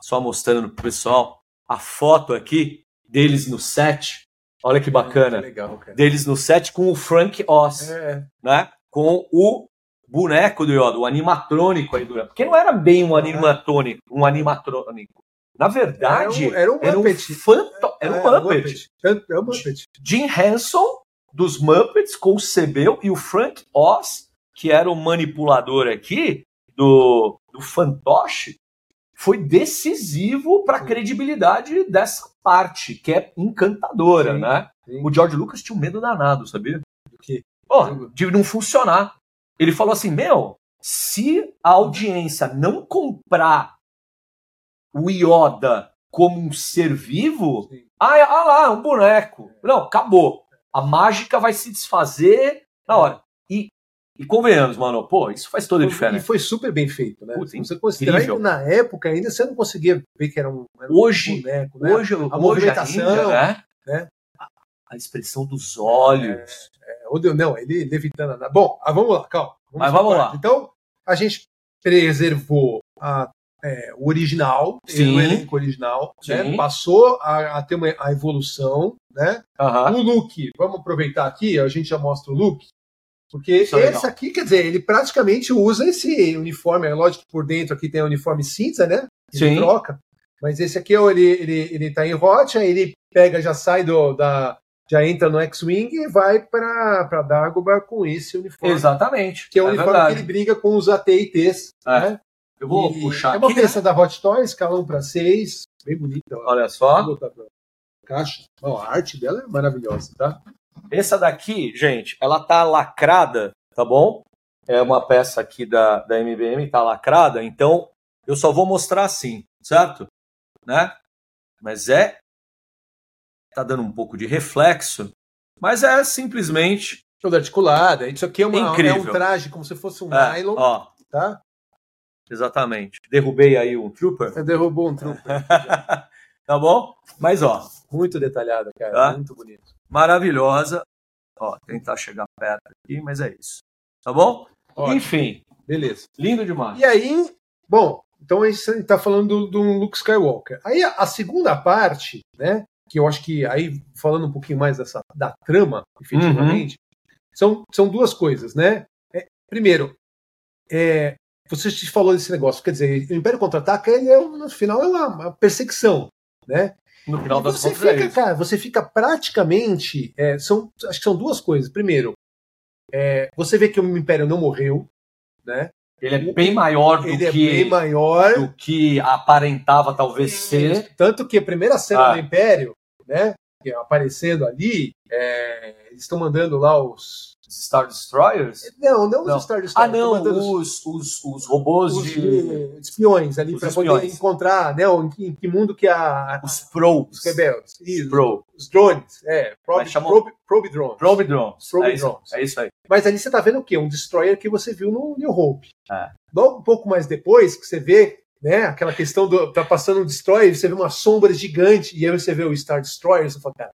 só mostrando pro pessoal a foto aqui deles no set. Olha que bacana. Que legal, cara. Deles no set com o Frank Oz, é. né? Com o boneco do Yoda, o animatrônico aí do Yoda. Porque não era bem um animatrônico, um animatrônico. Na verdade, era um, era um, era um fanto... era, um Muppet. Era um Muppet. Jim Henson dos Muppets com o Sebel e o Frank Oz, que era o manipulador aqui do, do fantoche, foi decisivo para a credibilidade dessa parte, que é encantadora, sim, né? Sim. O George Lucas tinha um medo danado, sabia? Do quê? Oh, de não funcionar. Ele falou assim: meu, se a audiência não comprar o Yoda como um ser vivo, sim. ah, ah lá, um boneco. Não, acabou a mágica vai se desfazer na hora. E, e convenhamos, mano, pô, isso faz toda a diferença. E foi super bem feito, né? Puta, você considerar que na época ainda você não conseguia ver que era um, era hoje, um boneco, né? Hoje, a movimentação, hoje ainda, né? né? A, a expressão dos olhos. É, é, não, ele levitando. Na... Bom, ah, vamos lá, calma. Vamos Mas vamos lá. Então, a gente preservou a, é, o original, Sim. o elenco original, né? passou a, a ter uma, a evolução, né? Uhum. O look, vamos aproveitar aqui, a gente já mostra o look. Porque Isso esse legal. aqui, quer dizer, ele praticamente usa esse uniforme. É lógico que por dentro aqui tem o uniforme cinza, né? Ele Sim. troca. Mas esse aqui, é ele, ele, ele tá em hot, aí ele pega, já sai do, da. Já entra no X-Wing e vai para pra Dagobah com esse uniforme. Exatamente. Uhum. Que é o é uniforme verdade. que ele briga com os AT&Ts, é. né? Eu vou e puxar É uma peça né? da Hot Toys, escalão para seis. Bem bonita. Olha só caixa. Bom, a arte dela é maravilhosa, tá? Essa daqui, gente, ela tá lacrada, tá bom? É uma peça aqui da, da MBM, tá lacrada, então eu só vou mostrar assim, certo? Né? Mas é. Tá dando um pouco de reflexo, mas é simplesmente. Toda articulada. Isso aqui é, uma, é um traje, como se fosse um Ah. é, nylon, ó. tá? Exatamente. Derrubei aí um trooper. [LAUGHS] Você derrubou um trooper. tá bom? Mas, ó, muito detalhada, cara. Tá? Muito bonito. Maravilhosa. Ó, tentar chegar perto aqui, mas é isso. Tá bom? Ótimo. Enfim. Beleza. Lindo demais. E aí, bom, então a gente tá falando do, do Luke Skywalker. Aí a, a, segunda parte, né? Que eu acho que aí, falando um pouquinho mais dessa, da trama, efetivamente, uhum. são, são duas coisas, né? É, primeiro, é, você te falou desse negócio, quer dizer, o Império Contra-Ataca, ele é, no final, é uma, uma perseguição, né? No final e das você contas é fica, cara, você fica praticamente. É, são, acho que são duas coisas. Primeiro, é, você vê que o Império não morreu, né? Ele é bem maior do ele que. É bem maior. né? Do que aparentava talvez ser. Tanto que a primeira cena ah. do Império, né? Aparecendo ali, é, eles estão mandando lá os. Star Destroyers? Não, não, não. os Star Destroyers. Ah, não, os, os, os robôs os, de... Espiões ali, para poder encontrar né, em, que, mundo que a... Os probes. Os rebeldes. Isso, Pro. Os drones, é. Probe, chamou... probe, probe drones. Probe drones. Probe é drones. Isso, é isso aí. Mas ali você tá vendo o quê? Um Destroyer que você viu no New Hope. É. Logo um pouco mais depois, que você vê né, aquela questão do... Tá passando um Destroyer, você vê uma sombra gigante, e aí você vê o Star Destroyer, você fala, cara,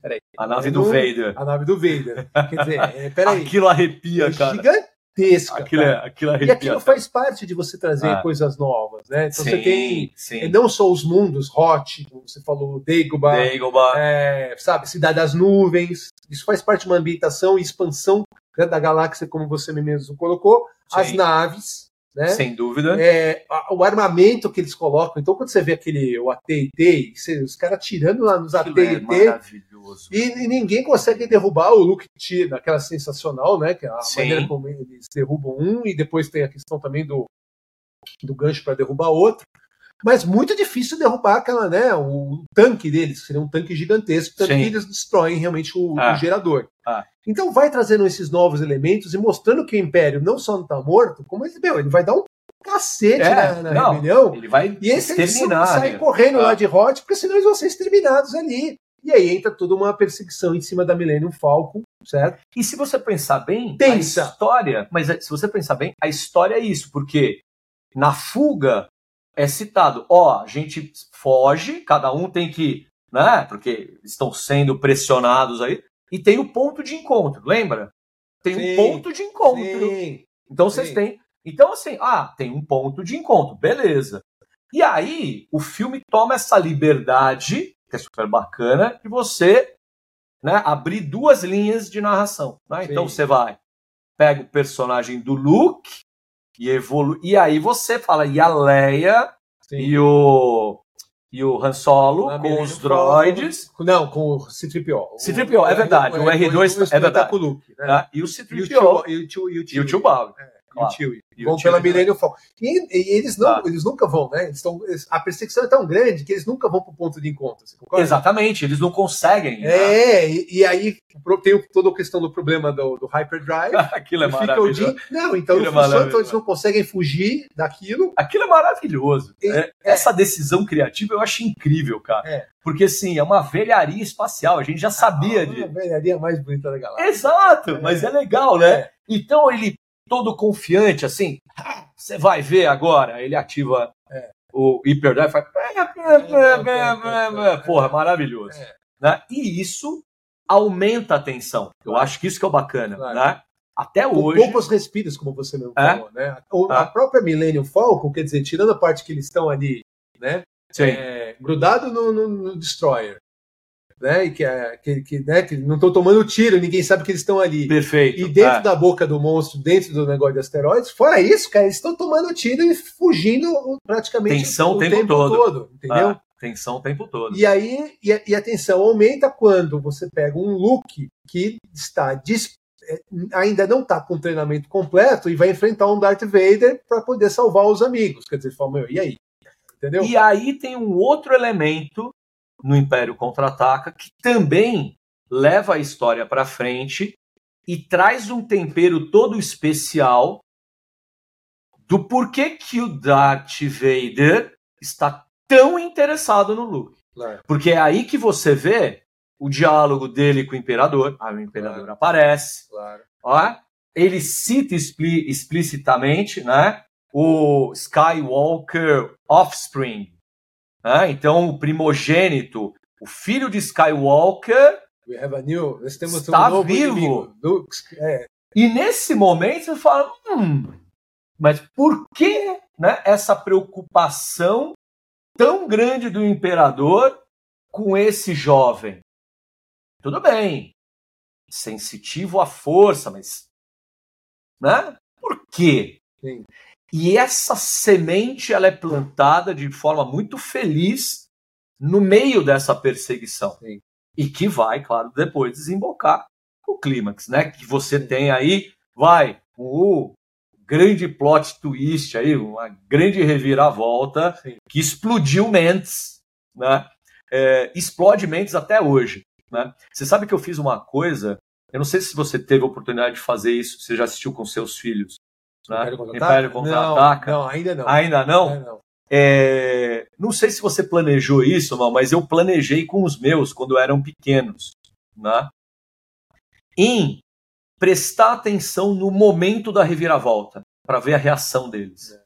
Peraí. A nave é do, do Vader. A nave do Vader. Quer dizer, é, peraí. aquilo arrepia, é cara. Gigantesca. Aquilo, cara. É, aquilo arrepia. E aquilo faz parte de você trazer ah. coisas novas, né? Então sim, você tem sim. não só os mundos, Hot, como você falou, Dagobah, Dagobah. É, sabe, Cidade das Nuvens. Isso faz parte de uma ambientação e expansão né, da galáxia, como você mesmo colocou. Sim. As naves. Né? Sem dúvida. É, o armamento que eles colocam. Então, quando você vê aquele o AT&T, os caras tirando lá nos AT&T, é e, e, ninguém consegue derrubar o Luke T, daquela sensacional, né? Que a Sim. maneira como eles derrubam um e depois tem a questão também do, do gancho para derrubar outro. Mas muito difícil derrubar aquela, né? O tanque deles, que seria um tanque gigantesco, tanto Sim. que eles destroem realmente o, Ah. o gerador. Ah. Então vai trazendo esses novos elementos e mostrando que o Império não só não tá morto, como ele, meu, ele vai dar um cacete É, na, na não. rebelião. Ele vai E esse é eles terminar. saem correndo Ah. lá de Hot, porque senão eles vão ser exterminados ali. E aí entra toda uma perseguição em cima da Millennium Falcon, certo? E se você pensar bem, Tensa. a história. Mas eh, se você pensar bem, a história é isso, porque na fuga é citado, ó, a gente foge, cada um tem que, né? Porque estão sendo pressionados aí, e tem o ponto de encontro, lembra? Tem um Sim, ponto de encontro. Sim. Então vocês Sim. têm. Então, assim, ah, tem um ponto de encontro, beleza. E aí, o filme toma essa liberdade, que é super bacana, de você né, abrir duas linhas de narração. né? Sim. Então você vai, pega o personagem do Luke e evolui. E aí você fala, e a Leia Sim. e o. E o Han Solo Lá com mesmo, os droids. Não, com o C-3PO. um, O- C-3PO, é o- verdade, o R2 está- é verdade. com o Luke, né? né? E o E o C-3PO. tio e o tio e o E o Tio tio Bob. e o claro. tio E o vão tio pela Bob. Millennium Falcon. E, e eles não, Tá. eles nunca vão, né? Eles estão eles- a perseguição é tão grande que eles nunca vão pro ponto de encontro, você concorda? Exatamente, eles não conseguem. né? É, e, e aí pro- tem o- toda a questão do problema do, do hyperdrive. [LAUGHS] Aquilo é fica o maravilhoso. dia. Não, então Aquilo é não funciona, maravilhoso. então eles não conseguem fugir daquilo. Aquilo é maravilhoso. E- É, Essa decisão criativa eu acho incrível, cara. É. Porque, assim, é uma velharia espacial. A gente já sabia Ah, de. A velharia mais bonita da galáxia. Exato, É. mas é legal, né? Então ele, todo confiante, assim, "Ah, você vai ver agora. Ele ativa É. o hiperdrive e faz. "É, Porra, maravilhoso. É. Né? E isso aumenta a tensão. Eu acho que isso que é o bacana, Claro. né? Até Com hoje. poucos respiros, como você mesmo É? falou, né? O- Ah. A própria Millennium Falcon, quer dizer, tirando a parte que eles estão ali, né? Sim. é, grudado no, no- no Destroyer, né? E que, é- que, que, né? que não estão tomando tiro, ninguém sabe que eles estão ali. Perfeito. E dentro é. da boca do monstro, dentro do negócio de asteroides, fora isso, cara, eles estão tomando tiro e fugindo praticamente Tensão o tempo todo. entendeu? Ah, tensão o tempo todo. E aí, e a, e a tensão aumenta quando você pega um look que está dis- eh, ainda não está com treinamento completo e vai enfrentar um Darth Vader para poder salvar os amigos. Quer dizer, fala, meu, e aí? Entendeu? E aí tem um outro elemento no Império Contra-Ataca que também leva a história pra frente e traz um tempero todo especial do porquê que o Darth Vader está tão interessado no Luke. Claro. Porque é aí que você vê o diálogo dele com o Imperador. Aí Ah, o Imperador aparece. Claro. ó, ele cita expli- explicitamente né, o Skywalker Offspring. né? Então, o primogênito, o filho de Skywalker. We have a new. Nós temos Está um novo vivo. inimigo. Luke, é, E nesse momento você fala: hum, mas por que né, essa preocupação tão grande do imperador com esse jovem? Tudo bem, sensitivo à força, mas. Né? Por quê? Sim. E essa semente ela é plantada de forma muito feliz no meio dessa perseguição. Sim. E que vai, claro, depois desembocar o clímax, né? Que você tem aí, vai, o grande plot twist aí, uma grande reviravolta Sim. que explodiu mentes, né? É, explode mentes até hoje, né? Você sabe que eu fiz uma coisa, eu não sei se você teve a oportunidade de fazer isso, você já assistiu com seus filhos, né? Império Contra-Ataca? Império Contra-Ataca. Não, não, ainda não. Ainda não? Ainda não. É, não sei se você planejou isso, Mal, mas eu planejei com os meus quando eram pequenos, né? Em prestar atenção no momento da reviravolta para ver a reação deles. É.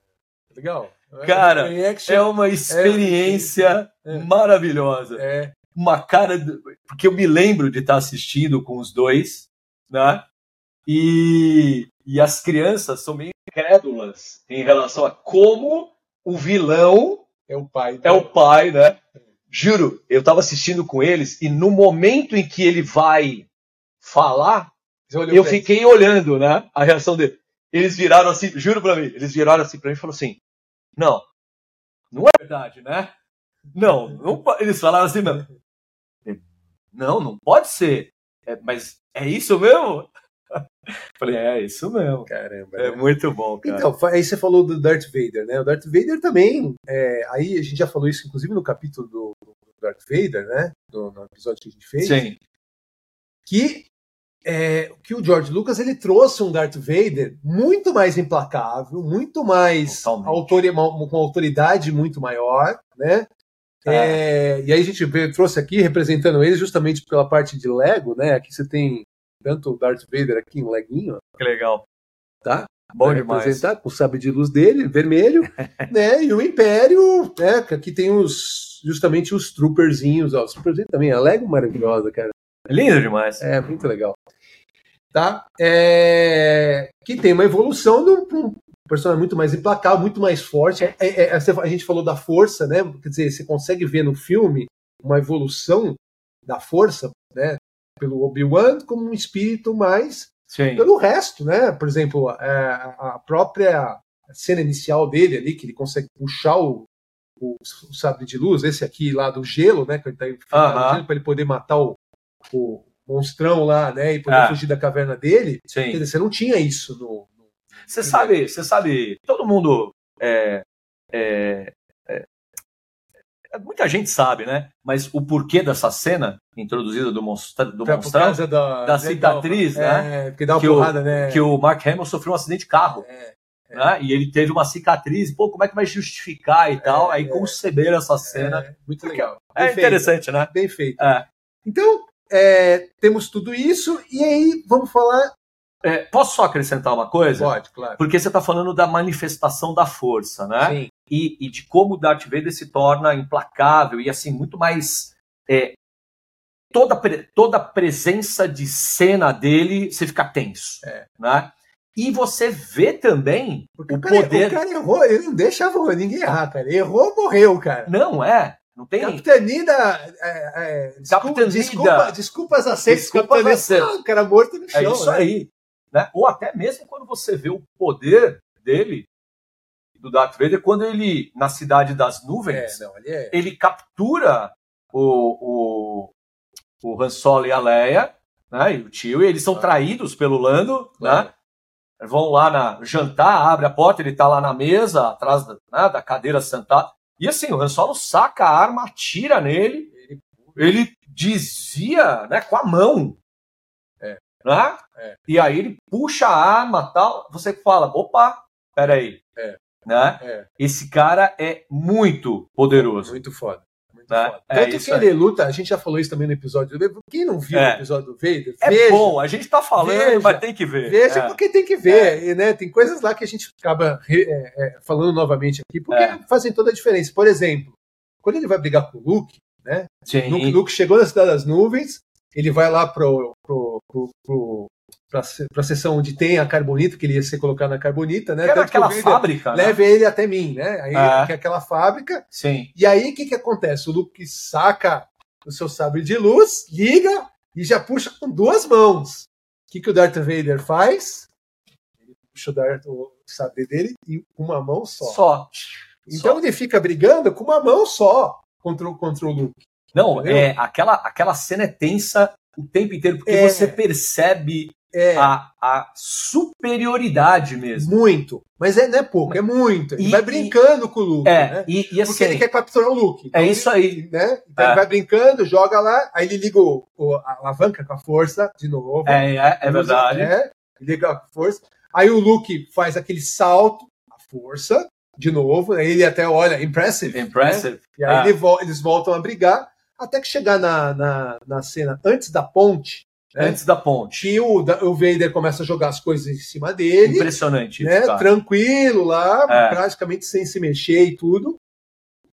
Legal. Cara, Em action, É uma experiência é. maravilhosa. é, Uma cara, do- porque eu me lembro de estar assistindo com os dois, né? E, e as crianças são meio incrédulas em relação a como o vilão é o pai. é o pai, né? Juro, eu tava assistindo com eles e no momento em que ele vai falar, Você olhou eu pra ele. fiquei olhando, né? A reação dele. Eles viraram assim, juro pra mim, eles viraram assim pra mim e falaram assim: Não, não é verdade, né? Não, não po-" eles falaram assim mesmo. [LAUGHS] Não, não pode ser. É, mas é isso mesmo? Falei, é isso mesmo. Caramba. né?" É, é muito bom, cara. Então, aí você falou do Darth Vader, né? O Darth Vader também. É, aí a gente já falou isso, inclusive, no capítulo do, Darth Vader, né? Do, no episódio que a gente fez. Sim. Que, é, que o George Lucas ele trouxe um Darth Vader muito mais implacável, muito mais autor, com autoridade muito maior, né? É. É, e aí a gente trouxe aqui, representando ele justamente pela parte de Lego, né? Aqui você tem tanto o Darth Vader aqui em leguinho. Que legal. Tá? Bom é, demais. Com o sabre de luz dele, [LAUGHS] vermelho, né? E o Império, né? Que aqui tem os justamente os trooperzinhos, ó. Os trooperzinhos também, a Lego maravilhosa, cara. Lindo demais. É, muito legal. Tá? que tem uma evolução de um, personagem muito mais implacável, muito mais forte. É, é, é, a gente falou da força, né? Quer dizer, você consegue ver no filme uma evolução da força, né? Pelo Obi-Wan como um espírito mais Sim. pelo resto, né? Por exemplo, é, a, a, própria cena inicial dele ali, que ele consegue puxar o, o, o sabre de luz, esse aqui lá do gelo, né? Que ele tá uh -huh. para ele poder matar o, o, monstrão lá, né? E poder ah. fugir da caverna dele. Sim. Quer dizer, você não tinha isso no, você sabe, você sabe, todo mundo é, é, é, muita gente sabe, né? Mas o porquê dessa cena introduzida do, monstra, do pra, monstrão, da, da cicatriz, da, né? que dá uma que porrada, o, né? É, Que o Mark Hamill sofreu um acidente de carro. Né? E ele teve uma cicatriz, pô, como é que vai justificar e tal? É, Aí conceberam essa cena. muito legal. Bem é feito. interessante, né? Bem feito. é, Então, temos tudo isso, e aí vamos falar é, posso só acrescentar uma coisa? Pode, claro. Porque você está falando da manifestação da força, né? Sim. E, e, de como o Darth Vader se torna implacável e assim muito mais é, toda toda presença de cena dele você fica tenso, é. né? E você vê também Porque o, cara, poder. O cara errou, ele não deixa ninguém errar, cara. Ele errou, morreu, cara. Não é. Não tem. Capitanida. É, desculpa, desculpa, desculpas aceitas. Desculpas aceitas. Ah, o cara morto no chão. É isso né? aí. Né? Ou até mesmo quando você vê o poder dele, do Darth Vader, quando ele, na Cidade das Nuvens, é, não, ele, é... ele, captura o, o, o Han Solo e a Leia, né? E o tio, e eles são ah. traídos pelo Lando, claro. né? Vão lá na jantar, abre a porta, ele está lá na mesa, atrás da, né, da cadeira sentado. E assim, o Han Solo saca a arma, atira nele, ele, ele dizia, né, com a mão, né? É. E aí ele puxa a arma tal, você fala, opa, peraí. É. Né? É. Esse cara é muito poderoso. Muito foda. Muito né? foda. Tanto que ele luta, a gente já falou isso também no episódio do Quem não viu o episódio do Vader, é veja, bom, É. a gente tá falando, veja, mas tem que ver. Veja porque tem que ver, e, né? Tem coisas lá que a gente acaba é, falando novamente aqui, É. porque fazem toda a diferença. Por exemplo, quando ele vai brigar com o Luke, né? Sim. Luke, Luke chegou na Cidade das Nuvens, ele vai lá pro, pro, pro, pro pra, pra sessão onde tem a carbonita, que ele ia ser colocado na carbonita, né? Que era aquela que fábrica. Né? Leve ele até mim, né? Aí É. que é aquela fábrica. Sim. E aí o que, que acontece? O Luke saca o seu sabre de luz, liga e já puxa com duas mãos. O que, que o Darth Vader faz? Ele puxa o, Darth, o sabre dele e com uma mão só. Só. Então Só. ele fica brigando com uma mão só contra, o- contra o Luke. Não, Entendeu? é aquela, aquela cena é tensa o tempo inteiro, porque É. você percebe É. a, a superioridade mesmo. Muito. Mas é, não é pouco, é muito. Ele E- vai brincando com o Luke, É, né? e, e Porque ele assim, quer capturar o Luke. Então é isso aí. ele, né? Então É. ele vai brincando, joga lá, aí ele liga o, o- a alavanca com a força de novo. É, é, é Usa, verdade. né? Liga a força. Aí o Luke faz aquele salto, a força, de novo. Aí ele até olha, impressive. É Impressive. E aí Ah. ele vol- eles voltam a brigar, até que chegar na, na, na cena antes da ponte, É. Antes da ponte. que o, da- o Vader começa a jogar as coisas em cima dele Impressionante né, isso, cara. tranquilo lá, tá. É. praticamente sem se mexer e tudo.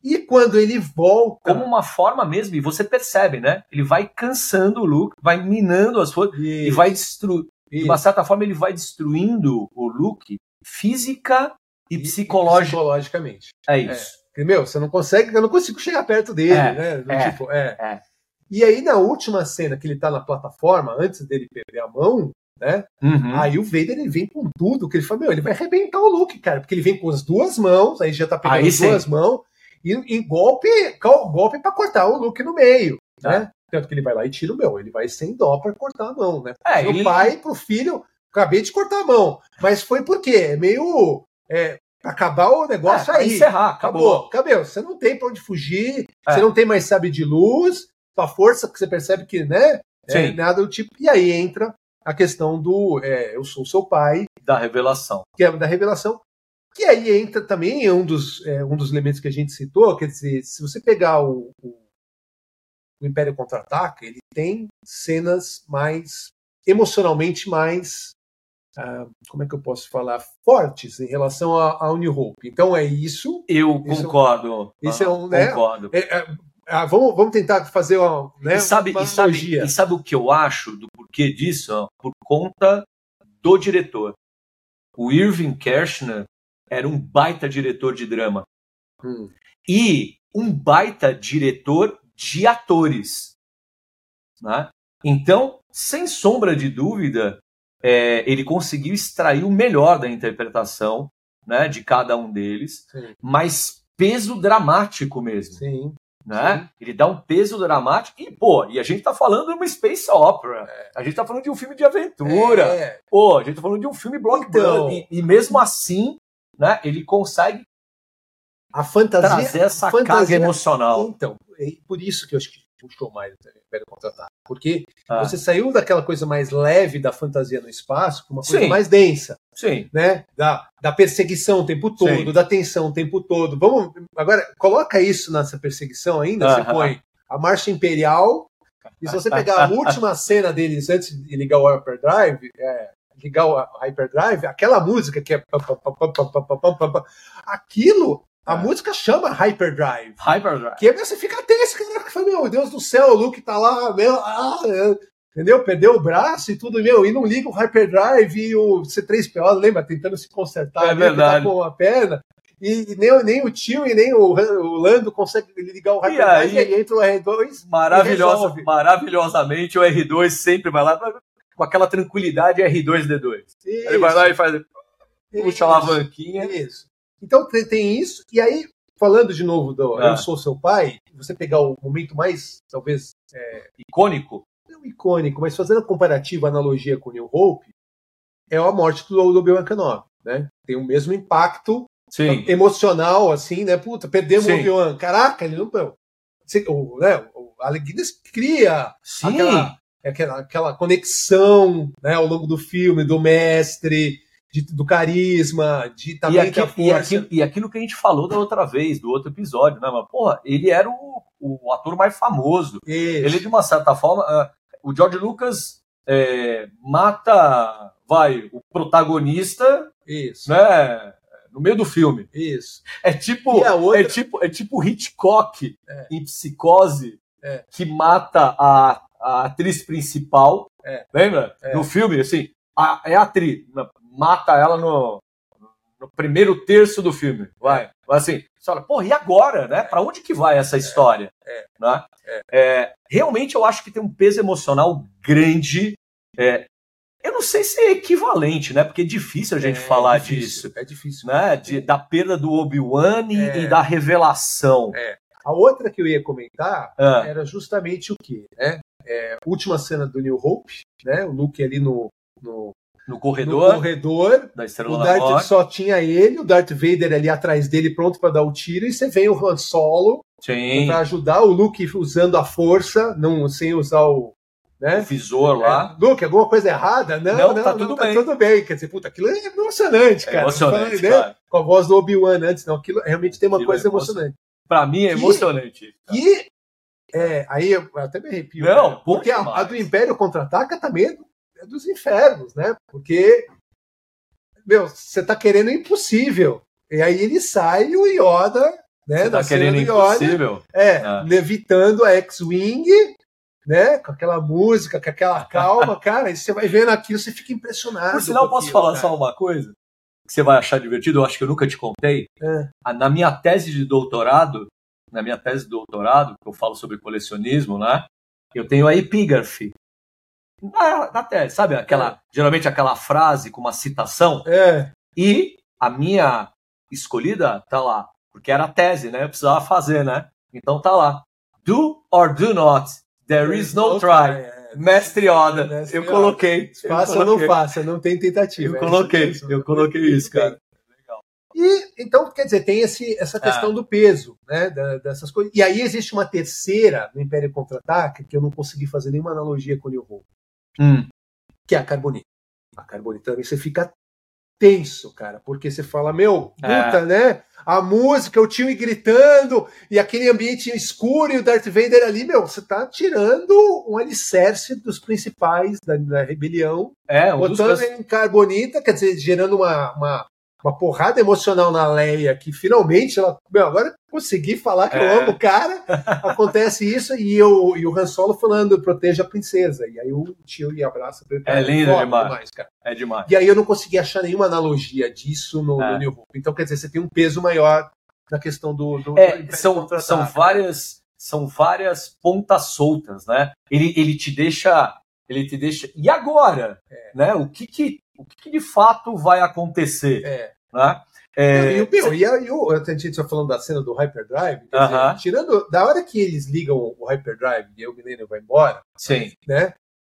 E quando ele volta, Como uma forma mesmo, e você percebe, né? Ele vai cansando o Luke, vai minando as forças e, e vai destruindo. De e- uma certa forma, ele vai destruindo o Luke física e psicológica. psicologicamente. É isso. Porque, Meu, você não consegue, eu não consigo chegar perto dele, É, né? Do é, tipo, é. é. E aí na última cena que ele tá na plataforma, antes dele perder a mão, Uhum. é. aí o Vader ele vem com tudo, que ele fala, meu, ele vai arrebentar o Luke, cara, porque ele vem com as duas mãos, aí já tá pegando Aí Tá. as duas mãos, e, e golpe, cal- golpe pra cortar o Luke no meio, né? Tanto que ele vai lá e tira o meu, ele vai sem dó para cortar a mão, né? É, do ele- pai pro filho, acabei de cortar a mão. Mas foi por quê? É meio. É, pra acabar o É, negócio pra aí. encerrar, acabou. Acabou. Cabelo, você não tem pra onde fugir, É. você não tem mais sabe de luz, sua força que você percebe que, né? é, Sim. nada do tipo. E aí entra a questão do é, eu sou seu pai, Da revelação. que é da revelação. Que aí entra também é um dos, é, um dos elementos que a gente citou, quer dizer, se você pegar o, o, o Império Contra-Ataca, ele tem cenas mais emocionalmente mais ah, como é que eu posso falar fortes em relação a, a New Hope. Então é isso Eu Isso- concordo. isso é um, né? Concordo. É, é, ah, vamos, vamos tentar fazer uma, né, E sabe, uma e, sabe, analogia. e sabe o que eu acho do porquê disso? ó? Por conta do diretor. O Irving Kershner era um baita diretor de drama Hum. e um baita diretor de atores. né? Então, sem sombra de dúvida, é, ele conseguiu extrair o melhor da interpretação né, de cada um deles, Sim. mas peso dramático mesmo Sim, né? Ele dá um peso dramático e, pô, e a gente tá falando de uma space opera. A gente tá falando de um filme de aventura. É, Pô, a gente tá falando de um filme blockbuster. Então. E, e mesmo assim, né, ele consegue a fantasia. trazer essa carga fantasia- emocional. Então, é por isso que eu acho que puxou mais o Império Contra-Ataque. Porque Ah, você saiu daquela coisa mais leve da fantasia no espaço para uma coisa Sim. mais densa, Sim, né? Da, da perseguição o tempo todo, Sim. da tensão o tempo todo. Vamos agora coloca isso nessa perseguição ainda. Você Aham. põe a marcha imperial e se você pegar a [LAUGHS] última cena deles antes de ligar o hyperdrive, é, ligar o hyperdrive, aquela música que é pam, pam, pam, pam, pam, pam, pam, pam, pam, aquilo, a É. música chama hyperdrive. Hyperdrive. Que aí você fica até esse cara que fala, meu Deus do céu, o Luke tá lá, meu, ah, é, entendeu? Perdeu o braço e tudo, meu, e não liga o hyperdrive e o C3PO, lembra? Tentando se consertar É ali, que verdade. tá com a perna. E, e nem, o- nem o tio e nem o, Han- o Lando conseguem ligar o E hyperdrive e aí- aí entra o R2. Maravilhosa, Resolve. maravilhosamente, o R2 sempre vai lá com aquela tranquilidade R2D2. Ele vai lá e faz, puxa a alavanquinha. É isso. Então tem, tem isso, e aí, falando de novo do Ah. Eu Sou Seu Pai, você pegar o momento mais, talvez, Icônico. não icônico, mas fazendo a comparativa, a analogia com New Hope, é a morte do do Obi-Wan Kenobi, né? Tem o mesmo impacto Sim. emocional, assim, né? Puta, perdemos Sim. o Obi-Wan. Caraca, ele não... Você, o, né? o Alec Guinness cria Sim. Aquela- é aquela, aquela conexão né, ao longo do filme, do mestre, de- do carisma, de E, também aqui- da e, força. aquilo, e aquilo que a gente falou da outra vez, do outro episódio, né? Mas, porra, ele era o, o ator mais famoso. Isso. Ele, de uma certa forma, ah, o George Lucas eh, mata, vai, o protagonista, Isso, né? No meio do filme. isso. É tipo, E a outra- é tipo, é tipo Hitchcock É. em Psicose, É. que mata a, a atriz principal. É. Lembra? É. No filme, assim, a- é a atriz, na- mata ela no, no primeiro terço do filme. Vai. Vai assim, você fala, porra, e agora, né? Pra onde que vai essa história? É. Né? É, realmente eu acho que tem um peso emocional grande. é, eu não sei se é equivalente, né? Porque é difícil a gente É falar difícil, disso É difícil. né, de- da perda do Obi-Wan e, É. e da revelação. A outra que eu ia comentar Ah, era justamente o que, né? É, última cena do New Hope, né? O Luke ali no, no, no no corredor corredor. da Estrela O da Darth Morte. só tinha ele, o Darth Vader ali atrás dele pronto pra dar o tiro e você vem o Han Solo Sim, para ajudar o Luke usando a força, não sem usar o, o né? visor lá. É, Luke, alguma coisa errada? Não, Não, não, tá tudo bem. Quer dizer, puta, aquilo é emocionante, É cara. emocionante, Falei, né? cara. Com a voz do Obi-Wan antes, não. Aquilo realmente tem uma Aquilo é coisa emocionante. Pra mim é Que- emocionante. E é, aí eu até me arrepio. Não, né? bom porque a, demais. a do Império contra-ataca também é, do- é dos infernos, né? Porque, meu, você tá querendo o impossível. E aí ele sai e o Yoda, né? Você tá da cena querendo do Yoda, impossível. é, Ah. levitando a X-Wing, né? Com aquela música, com [LAUGHS] aquela calma, cara. E você vai vendo aquilo, você fica impressionado. Por sinal, com posso aquilo, falar cara. é? só uma coisa? Que você vai achar divertido, eu acho que eu nunca te contei. É. Ah, Na minha tese de doutorado, na minha tese de doutorado, que eu falo sobre colecionismo, né? Eu tenho a epígrafe. Na, na tese, sabe? Aquela, Geralmente aquela frase com uma citação. É, E a minha escolhida tá lá, porque era a tese, né? Eu precisava fazer, né? Então tá lá. Do or do not There is no try. É. Mestre Oda. Mestre eu Oda. coloquei. eu Faça ou não um coloquei. faça, não tem tentativa. Eu É coloquei. isso mesmo. Eu coloquei isso, cara. Ah. E então, quer dizer, tem esse, essa questão do peso, né? da- dessas coisas. E aí existe uma terceira no Império Contra-Ataque que eu não consegui fazer nenhuma analogia com o New Hope, Hum. que é a Carbonita. A Carbonita também você fica tenso, cara, porque você fala, meu, É. puta, né? A música, o time gritando, e aquele ambiente escuro e o Darth Vader ali, meu, você tá tirando um alicerce dos principais da- da rebelião É, um dos botando meus- em carbonita, quer dizer, gerando uma, uma, uma porrada emocional na Leia, que finalmente ela. Meu, agora eu consegui falar que É. eu amo o [LAUGHS] cara. Acontece isso, e, eu, e o Han Solo falando, proteja a princesa. E aí o tio e abraça. É lindo Foda demais. cara. É demais. E aí eu não consegui achar nenhuma analogia disso no, É. no New Hope. Então, quer dizer, você tem um peso maior na questão do. do- do É, Império são, Contra-Ataca. são várias são várias pontas soltas, né? Ele, ele te deixa ele te deixa e agora, É. né? O que que o que, que de fato vai acontecer, É. né? E, É, o- meu, e, a- e o, a gente só falando da cena do Hyperdrive, quer dizer, Aham. tirando, da hora que eles ligam o Hyperdrive e o Millennium vai embora, sim. né,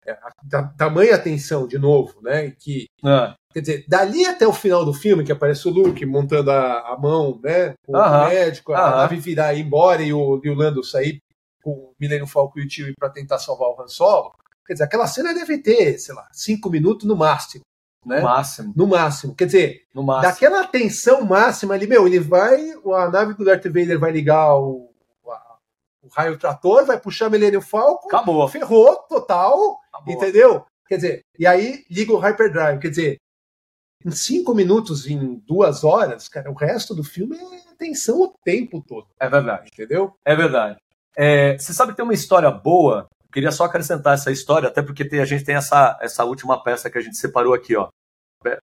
é, a- ta- tamanha atenção de novo, né, e que, Ah, quer dizer, dali até o final do filme, que aparece o Luke montando a, a mão, né, com Aham. o médico, a Aham. nave virar e ir embora e o, e o Lando sair com o Millennium Falcon e o Tio pra tentar salvar o Han Solo, quer dizer, aquela cena deve ter, sei lá, cinco minutos no máximo, no né, máximo, no máximo, quer dizer, no máximo. daquela tensão máxima ali, meu, ele vai, a nave do Darth Vader vai ligar o, a- o raio trator, vai puxar Millennium Falcon, Acabou. ferrou total, acabou. entendeu? Quer dizer, e aí liga o Hyperdrive, quer dizer, em cinco minutos, em duas horas, cara, o resto do filme é tensão o tempo todo, É verdade. entendeu? É verdade. É, você sabe que tem uma história boa? Eu queria só acrescentar essa história, até porque tem- a gente tem essa, essa última peça que a gente separou aqui, ó. Be-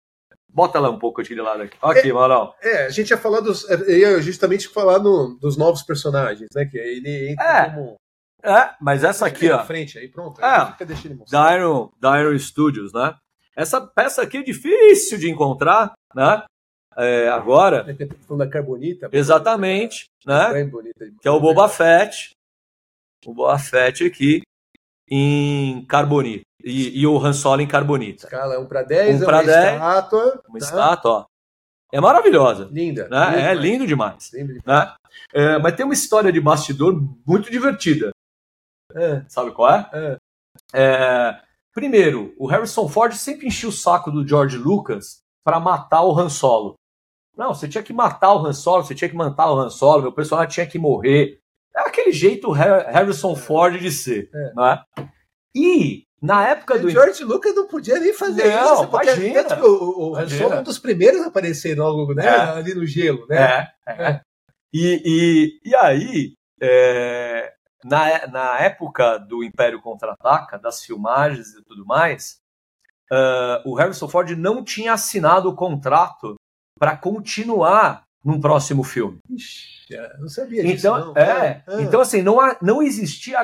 Bota lá um pouco aqui de lado aqui. Aqui, Maurão. É, a gente ia falar dos, eu ia justamente falar no- dos novos personagens, né, que ele entra É, como... É, mas essa aqui, na ó. frente aí, pronto, Ah, aí fica deixando ele mostrar. Da Iron, da Iron Studios, né? Essa peça aqui é difícil de encontrar, né? É, agora. né, tá falando da carbonita. Exatamente, né? Bem bonita. Que é o Boba Fett. O Boba Fett aqui em carbonita. E, e o Han Solo em carbonita. Escala 1 para 10, Um um pra pra 10. estátua. Uma tá? estátua, ó. É maravilhosa. Linda. né? É lindo demais. lindo. né? É, mas tem uma história de bastidor muito divertida. É. Sabe qual é? É. É, primeiro, o Harrison Ford sempre enchia o saco do George Lucas pra matar o Han Solo. Não, você tinha que matar o Han Solo, você tinha que matar o Han Solo, meu personagem tinha que morrer. É aquele jeito Har- Harrison Ford de ser. É. né? E, na época do. O George Lucas não podia nem fazer Não, isso, porque imagina. tanto que o, o Han Imagina. Solo é um dos primeiros a aparecer logo, né? É. Ali no gelo, né? É, é. E, e, e aí, é, na, na época do Império Contra-Ataca, das filmagens e tudo mais, ah, o Harrison Ford não tinha assinado o contrato para continuar num próximo filme. Ixi, eu não sabia disso. Então, não. é, Ah, ah, então assim, não, há- não existia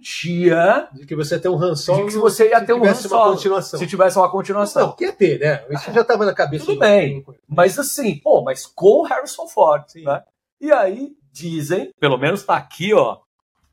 garantia De que você tem um Han de Solo. que você ia se ter um Han tivesse uma Solo continuação. se tivesse uma continuação. É. Não, que ia ter, né? Isso já estava na cabeça. Tudo do- bem. do- Mas assim, pô, mas com o Harrison Ford, Sim. né? E aí dizem, pelo menos tá aqui, ó,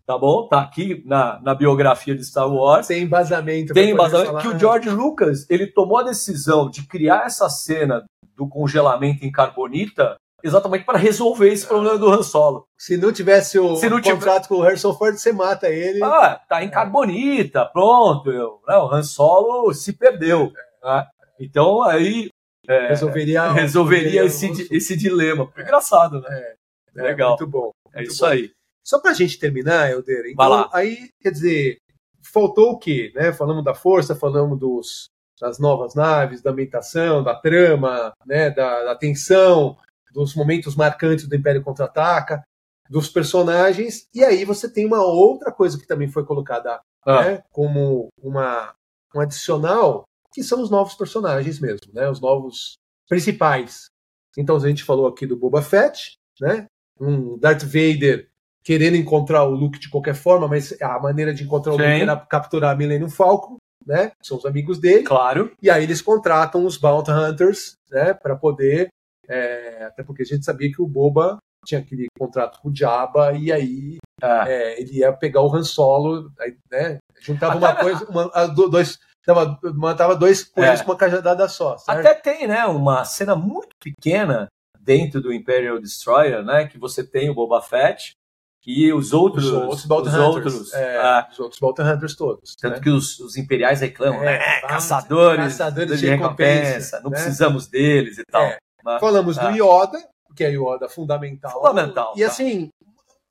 tá bom? Tá aqui na, na biografia de Star Wars. Tem embasamento. Tem pra poder embasamento falar, que o ah, George Lucas, ele tomou a decisão de criar essa cena do congelamento em carbonita exatamente para resolver esse problema do Han Solo. Se não tivesse o Se não tivesse- contrato com o Harrison Ford, você mata ele. Ah, tá em carbonita, pronto. eu- né, o Han Solo se perdeu. né? Então aí resolveria resolveria resolveria esse, o- di- esse dilema. Engraçado, né? É, legal. Muito bom. É muito isso bom. aí. Só pra gente terminar, Helder, então, Vai lá. aí, quer dizer, faltou o quê? Né? Falamos da força, falamos dos, das novas naves, da ambientação, da trama, né? da, da tensão, dos momentos marcantes do Império Contra-Ataca, dos personagens, e aí você tem uma outra coisa que também foi colocada Ah. né, como uma, um adicional, que são os novos personagens mesmo, né, os novos principais. Então a gente falou aqui do Boba Fett, né, um Darth Vader querendo encontrar o Luke de qualquer forma, mas a maneira de encontrar o Sim. Luke era capturar a Millennium Falcon, né, que são os amigos dele, Claro. e aí eles contratam os Bounty Hunters, né, para poder, é, até porque a gente sabia que o Boba tinha aquele contrato com o Jabba, e aí Ah. É, ele ia pegar o Han Solo, aí, né? Juntava Até uma coisa, uma, dois, tava, matava dois coelhos é. com uma cajadada só. Certo? Até tem, né, uma cena muito pequena dentro do Imperial Destroyer, né, que você tem o Boba Fett e os outros, os outros Bounty os Hunters, outros, é, ah, os outros Bounty Hunters todos. tá? Tanto né? que os, os, imperiais reclamam, é, né? caçadores, caçadores de, de recompensa, recompensa não né? precisamos deles e tal. Mas, Falamos ah, do Yoda, que é Yoda fundamental. Fundamental. E tá. assim,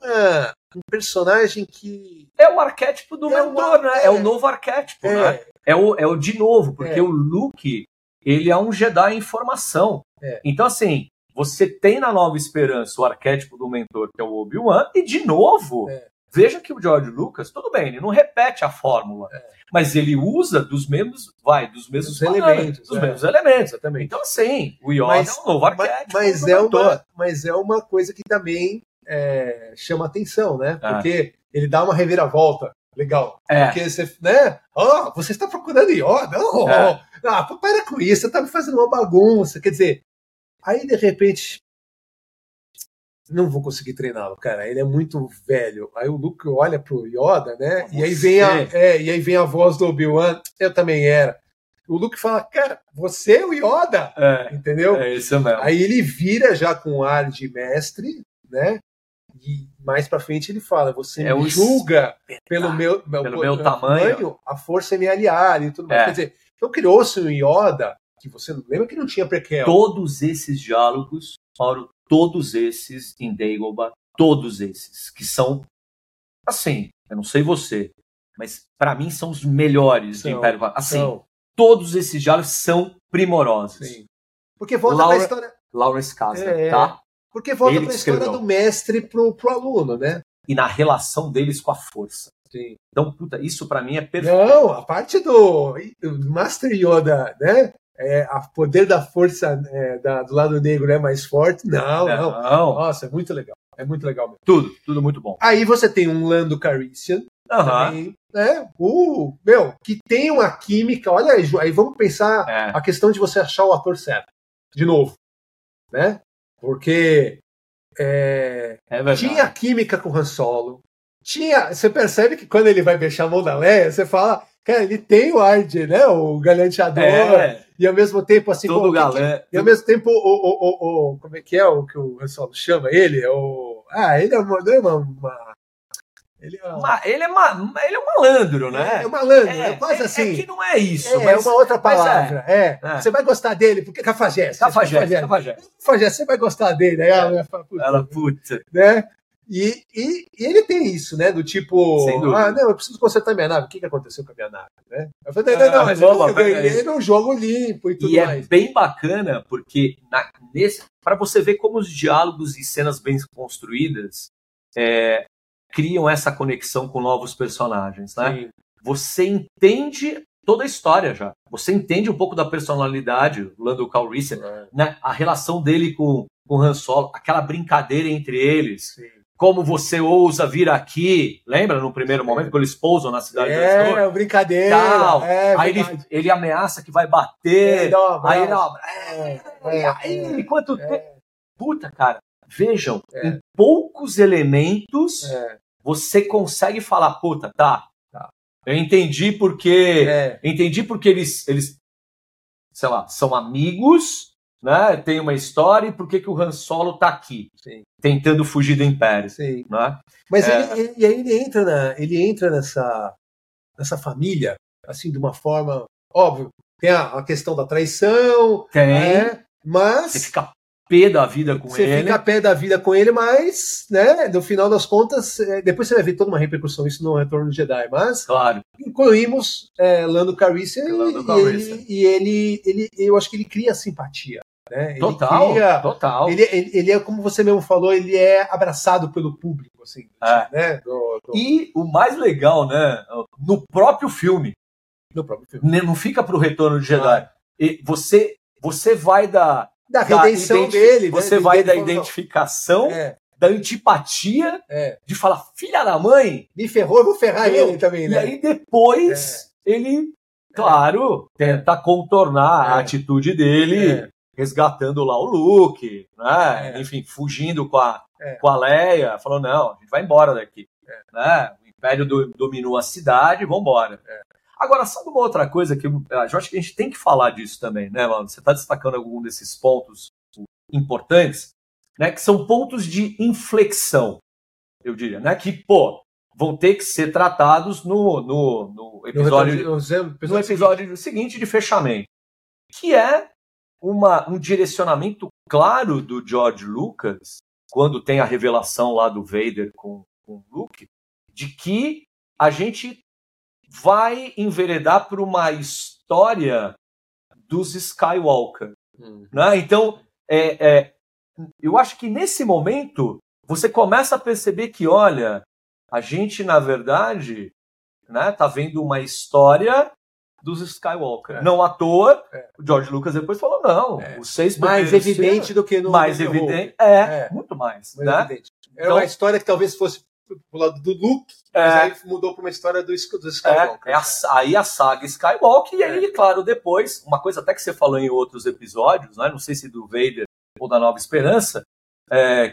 ah, um personagem que. É o arquétipo do é mentor, uma... né? É. o novo arquétipo, é. né? É o, é o de novo, porque é. o Luke, ele é um Jedi em formação. É. Então, assim, você tem na Nova Esperança o arquétipo do mentor, que é o Obi-Wan, e de novo. É. Veja que o George Lucas, tudo bem, ele não repete a fórmula, mas ele usa dos mesmos, vai, dos mesmos É. dos elementos, é. dos mesmos elementos. Também. Então, sim, o Yoda mas, é um novo arquétipo. Mas, mas é mentor. [LAUGHS] uma, mas é uma coisa que também é, chama atenção, né? Porque ah. ele dá uma reviravolta. Legal. É. Porque você, né? Oh, você está procurando Yoda? Oh, é. Ah, para com isso, você está me fazendo uma bagunça. Quer dizer, aí de repente. Não vou conseguir treiná-lo, cara. Ele é muito velho. Aí o Luke olha pro Yoda, né? Você. E aí, vem a, é, e aí vem a voz do Obi-Wan. Eu também era. O Luke fala, cara, você é o Yoda. É, entendeu? É isso mesmo. Aí ele vira já com um ar de mestre, né? E mais para frente ele fala: você é julga pelo meu, meu, pelo meu tamanho, tamanho, a força é me aliar e tudo mais. É. Quer dizer, então criou-se um Yoda que você não lembra que não tinha É prequel. Todos esses diálogos, Mauro, todos esses em Dagobah, todos esses, que são assim, eu não sei você, mas para mim são os melhores são, de Império Assim, são. todos esses diálogos são primorosos. Sim. Porque volta Laura, pra história. Lawrence Kasdan, é. tá? Porque volta para a história do mestre pro, pro aluno, né? E na relação deles com a força. Sim. Então, puta, isso para mim é perfeito. Não, a parte do Master Yoda, né? É, a poder da força é, da, do lado negro é mais forte. Não, não, não, não. Nossa, é muito legal. É muito legal mesmo. Tudo, tudo muito bom. Aí você tem um Lando Calrissian. Uhum. Também, né? Uh, meu, que tem uma química. Olha aí, aí vamos pensar é. a questão de você achar o ator certo. De novo. Né? porque é, é tinha química com o Han Solo. Tinha, você percebe que quando ele vai beijar a mão da Leia, você fala, cara, ele tem o ar de, né, o galanteador, é, e ao mesmo tempo assim, todo pô, galã, que, e ao mesmo tempo o, o, o, o, como é que é o que o Han Solo chama ele? O, ah, ele é uma, uma, uma ele é, uma... ele, é ma... ele é um malandro, né? É um malandro, é, é quase é, assim. É que não é isso. É, mas, uma outra palavra. É. Você vai gostar dele, porque cafajeste. assim, Cafajeste, cafajeste. Cafajeste, você vai gostar dele. Aí ela fala, puta. Ela, puta. Né? E, e, e, ele tem isso, né? Do tipo, ah, não, eu preciso consertar minha nave. O que, que aconteceu com a minha nave? Né? Eu falei, não, não, ah, mas bola, eu, eu, ele é um jogo limpo e né? tudo e mais. E é bem bacana, porque na, nesse para você ver como os diálogos e cenas bem construídas é, criam essa conexão com novos personagens, né? Sim. Você entende toda a história já. Você entende um pouco da personalidade do Lando Calrissian, é. né? A relação dele com com Han Solo, aquela brincadeira entre eles. Sim. Como você ousa vir aqui? Lembra no primeiro momento é. que eles pousam na cidade é, do É, brincadeira. Tal. É, aí ele, ele, ameaça que vai bater. Ele um aí ele obra. É, enquanto tempo. Puta, cara. Vejam, em poucos elementos você consegue falar, puta, tá, É. tá. Eu entendi porque. É. Entendi porque eles, eles, sei lá, são amigos, né? Tem uma história, e por que, que o Han Solo tá aqui? Sim. Tentando fugir do Império. Sim. Né? Mas é. ele, ele, ele, entra na, ele entra nessa, nessa família, assim, de uma forma. Óbvio, tem a, a questão da traição. Tem. É, mas. Você fica pé da vida com você ele. Você fica pé da vida com ele, mas, né, no final das contas, é, depois você vai ver toda uma repercussão isso no Retorno do Jedi, mas claro. incluímos é, Lando Calrissian, Lando Calrissian. E, ele, e, ele, ele, eu acho que ele cria simpatia. Né? Ele total, cria, total. Ele, ele, ele, é, como você mesmo falou, ele é abraçado pelo público, assim. É. Né? Do, do... E o mais legal, né, no próprio filme, né, no próprio filme. não fica pro Retorno do Jedi. E você, você vai da da redenção da dele. Tá, Você né? vai da identificação, é. da antipatia, é. de falar, filha da mãe. Me ferrou, eu vou ferrar meu, ele também, né? E aí depois é. ele, claro, tenta É. contornar a atitude dele, resgatando lá o É. Luke, né? Enfim, fugindo com a, com a Leia, falou: não, a gente vai embora daqui. É. né? O império do, dominou a cidade, vamos embora. É. Agora, sabe uma outra coisa que eu acho que a gente tem que falar disso também, né, mano? Você está destacando algum desses pontos importantes, né? Que são pontos de inflexão, eu diria, né? Que, pô, vão ter que ser tratados no, no, no episódio, no, episódio, no é episódio seguinte de fechamento, que é uma, um direcionamento claro do George Lucas quando tem a revelação lá do Vader com, com Luke, de que a gente vai enveredar por uma história dos Skywalker, hum. né? Então, é, é, eu acho que nesse momento você começa a perceber que, olha, a gente, na verdade, né, tá vendo uma história dos Skywalker. É. Não à toa, é. o George Lucas depois falou, não, é. os seis Mais evidente ser, do que no Mais evidente, é, muito mais. mais né? evidente. Era então, uma história que talvez fosse pro lado do Luke, mas aí mudou para uma história do, do Skywalker. É, a, aí a saga Skywalker, e aí, claro, depois, uma coisa até que você falou em outros episódios, né, não sei se do Vader ou da Nova Esperança,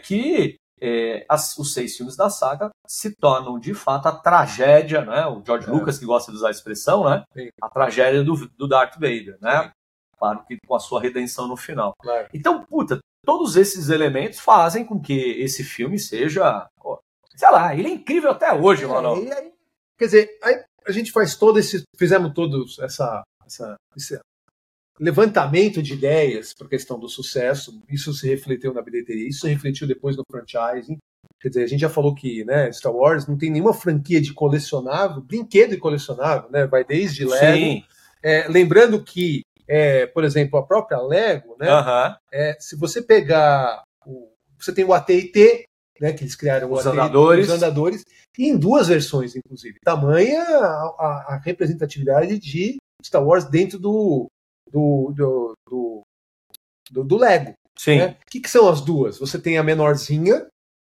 que é, as, os seis filmes da saga se tornam de fato a tragédia, né? O George é. Lucas que gosta de usar a expressão, né? Sim. A tragédia do, do, Darth Vader, né? Sim. Claro que com a sua redenção no final. Claro. Então, puta, todos esses elementos fazem com que esse filme seja, pô, sei lá, ele é incrível até hoje, é, mano. Aí, quer dizer, aí a gente faz todo esse, fizemos todos essa, essa esse levantamento de ideias para a questão do sucesso, isso se refletiu na bilheteria, isso se refletiu depois no franchising. Quer dizer, a gente já falou que né, Star Wars não tem nenhuma franquia de colecionável, brinquedo e colecionável, né? Vai desde Lego. É, lembrando que, é, por exemplo, a própria Lego, né? Uh -huh. é, se você pegar. O, você tem o AT&T, né, que eles criaram os andadores. os andadores, e em duas versões, inclusive. Tamanha a, a representatividade de Star Wars dentro do, do, do, do, do, Lego. Sim. Né? O que, que, são as duas? Você tem a menorzinha,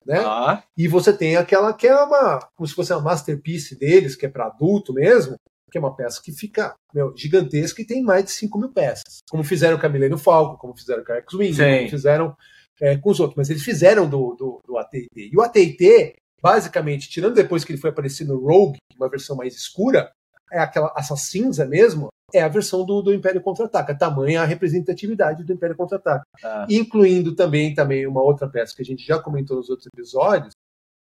né? Ah. E você tem aquela que é uma. como se fosse uma masterpiece deles, que é para adulto mesmo, que é uma peça que fica meu, gigantesca e tem mais de 5 mil peças. Como fizeram com a Milênio Falco, como fizeram com a X-Wing, como fizeram é, com os outros. Mas eles fizeram do, do, do ATT. E o ATT, basicamente, tirando depois que ele foi aparecer no Rogue, uma versão mais escura, é aquela essa cinza mesmo, é a versão do, do Império Contra-Ataca, tamanha a representatividade do Império Contra-Ataca. Ah. Incluindo também, também uma outra peça que a gente já comentou nos outros episódios,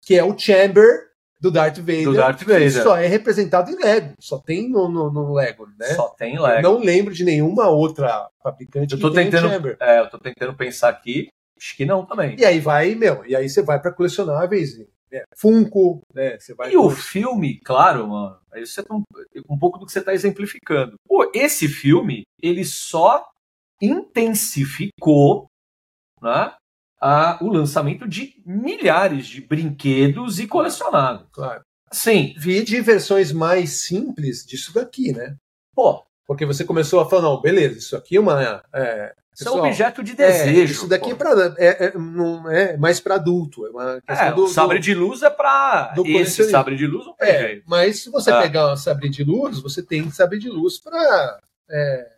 que é o Chamber do Darth Vader, do Darth Vader. que só é representado em Lego, só tem no, no, no Lego, né? Só tem Lego. Eu não lembro de nenhuma outra fabricante eu tô tentando, Chamber. É, eu tô tentando pensar aqui, acho que não também. E aí vai, meu, e aí você vai para colecionáveis, é, Funko, né? Você vai e o filme, claro, mano, aí você tá um, um pouco do que você está exemplificando. Pô, esse filme, ele só intensificou né, a, o lançamento de milhares de brinquedos e colecionáveis. Assim, Claro. Sim. Vi de versões mais simples disso daqui, né? Pô. Porque você começou a falar, não, beleza, isso aqui é uma. É, isso é um objeto de desejo. É, isso daqui pô. é, pra, é, é, não é mais para adulto. É uma questão é, do, o sabre do, de luz é para. Esse sabre de luz não tem é, jeito. Mas se você ah. pegar um sabre de luz, você tem sabre de luz para. É,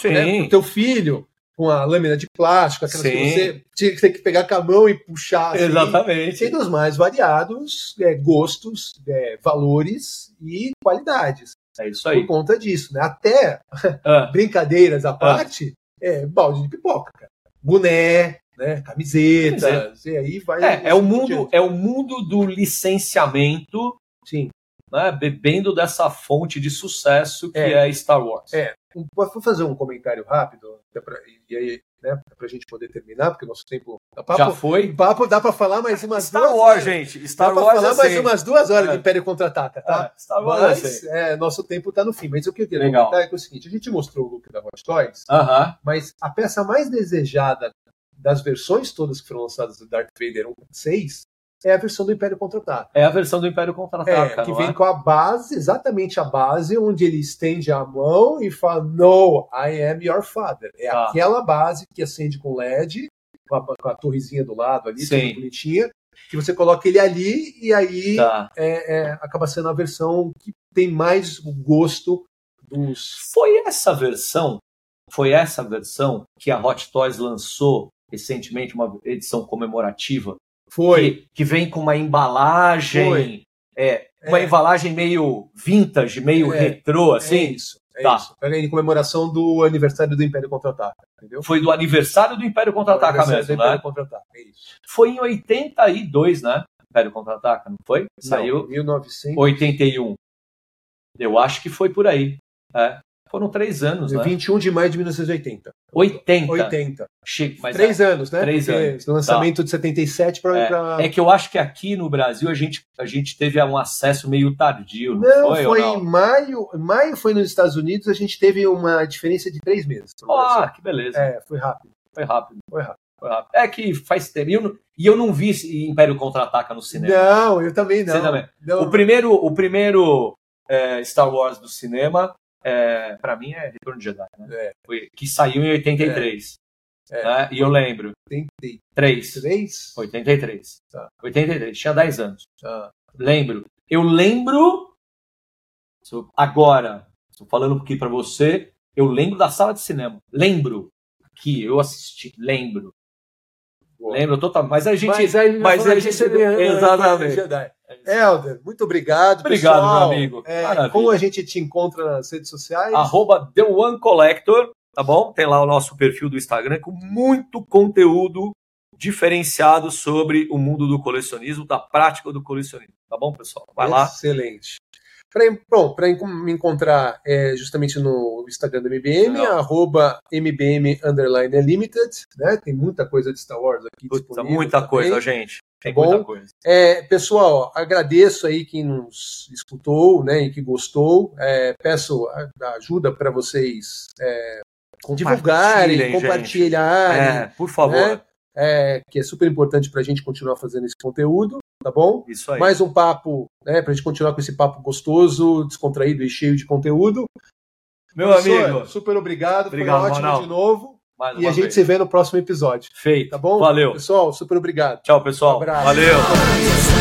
Sim. Né, pro teu filho, com a lâmina de plástico, aquelas Sim. que você tinha que ter que pegar com a mão e puxar. Assim, Exatamente. Tem dos mais variados é, gostos, é, valores e qualidades. É isso aí. Por conta disso, né? Até ah. brincadeiras à parte. Ah é, balde de pipoca, cara. Boné, né, camiseta, camiseta. e aí vai. É, é o mundo, é o mundo do licenciamento. Sim. Né, bebendo dessa fonte de sucesso que é, é Star Wars. É. Vou fazer um comentário rápido, pra, e aí, né, pra gente poder terminar, porque o nosso tempo. tá Papo, Já foi? Papo dá pra falar mais umas Star duas Wars, horas. gente. Star dá pra Wars falar é mais assim. umas duas horas é. de Império Contra-Ataca, tá? É, Star Wars Mas, assim. é, nosso tempo tá no fim. Mas o que eu queria Legal. comentar é, que é o seguinte: a gente mostrou o look da Hot Toys, uh -huh. mas a peça mais desejada das versões todas que foram lançadas do Darth Vader 1 6 é a versão do Império Contra-Ataca. É a versão do Império Contra-Ataca. É, que vem é? com a base, exatamente a base, onde ele estende a mão e fala: No, I am your father. É Tá. ah. aquela base que acende com LED, com a, com a torrezinha do lado ali, Sim. toda bonitinha, que você coloca ele ali e aí tá. é, acaba sendo a versão que tem mais o gosto dos. Foi essa versão, foi essa versão que a Hot Toys lançou recentemente, uma edição comemorativa foi. Que, que, vem com uma embalagem. Foi. é, uma é. embalagem meio vintage, meio é. retrô, assim. É isso. É tá. isso. Era em comemoração do aniversário do Império Contra-Ataca, entendeu? Foi do aniversário do Império Contra-Ataca mesmo, do Império né? Contra é Foi em 82, né? Império Contra-Ataca, não foi? Não, Saiu 1900... 81. Eu acho que foi por aí. É. Foram três anos, né? 21 de maio de 1980. 80? 80. Che... Mas três é... anos, né? Três Porque anos. Lançamento tá. de 77 para... É. Pra... é que eu acho que aqui no Brasil a gente, a gente teve um acesso meio tardio, não, não foi? foi não? em maio. Maio foi nos Estados Unidos, a gente teve uma diferença de três meses. Ah, que beleza. É, foi rápido. Foi rápido. Foi rápido. É que faz tempo. E eu, não, e eu não vi Império Contra-Ataca no cinema. Não, eu também não. né? Também. não. O primeiro, o primeiro é, Star Wars do cinema, é, para mim, é Retorno de Jedi. Né? É. Foi, que saiu em 83. É. Né? E eu lembro. 83? 3? 83. Tá. 83. Tinha 10 anos. Ah. Tá. Lembro. Eu lembro. Agora, estou falando aqui para você. Eu lembro da sala de cinema. Lembro. Que eu assisti, lembro. Lembro totalmente. Mas a gente. Mas, é aí, mas a gente. [LAUGHS] Exatamente. Jedi. Helder, É muito obrigado. Obrigado, pessoal. meu amigo. É, como a gente te encontra nas redes sociais? Arroba The One Collector, tá bom? Tem lá o nosso perfil do Instagram com muito conteúdo diferenciado sobre o mundo do colecionismo, da prática do colecionismo. Tá bom, pessoal? Vai lá. Excelente. Pra, bom, para me encontrar é, justamente no Instagram do MBM, Legal. arroba MBM Underline Limited, né? Tem muita coisa de Star Wars aqui. Puta, tá muita também. coisa, gente. Tem Bom, muita coisa. É, pessoal, agradeço aí quem nos escutou, né? E que gostou. É, peço ajuda para vocês é, divulgarem, compartilharem. É, por favor. Né? Tá É, que é super importante para a gente continuar fazendo esse conteúdo, tá bom? Isso aí. Mais um papo, né, para a gente continuar com esse papo gostoso, descontraído e cheio de conteúdo. Meu Professor, amigo, super obrigado, obrigado foi ótimo Ronaldo. de novo. Mais e a gente vez. se vê no próximo episódio. Feito. Tá bom? Valeu. Pessoal, super obrigado. Tchau, pessoal. Um abraço. Valeu.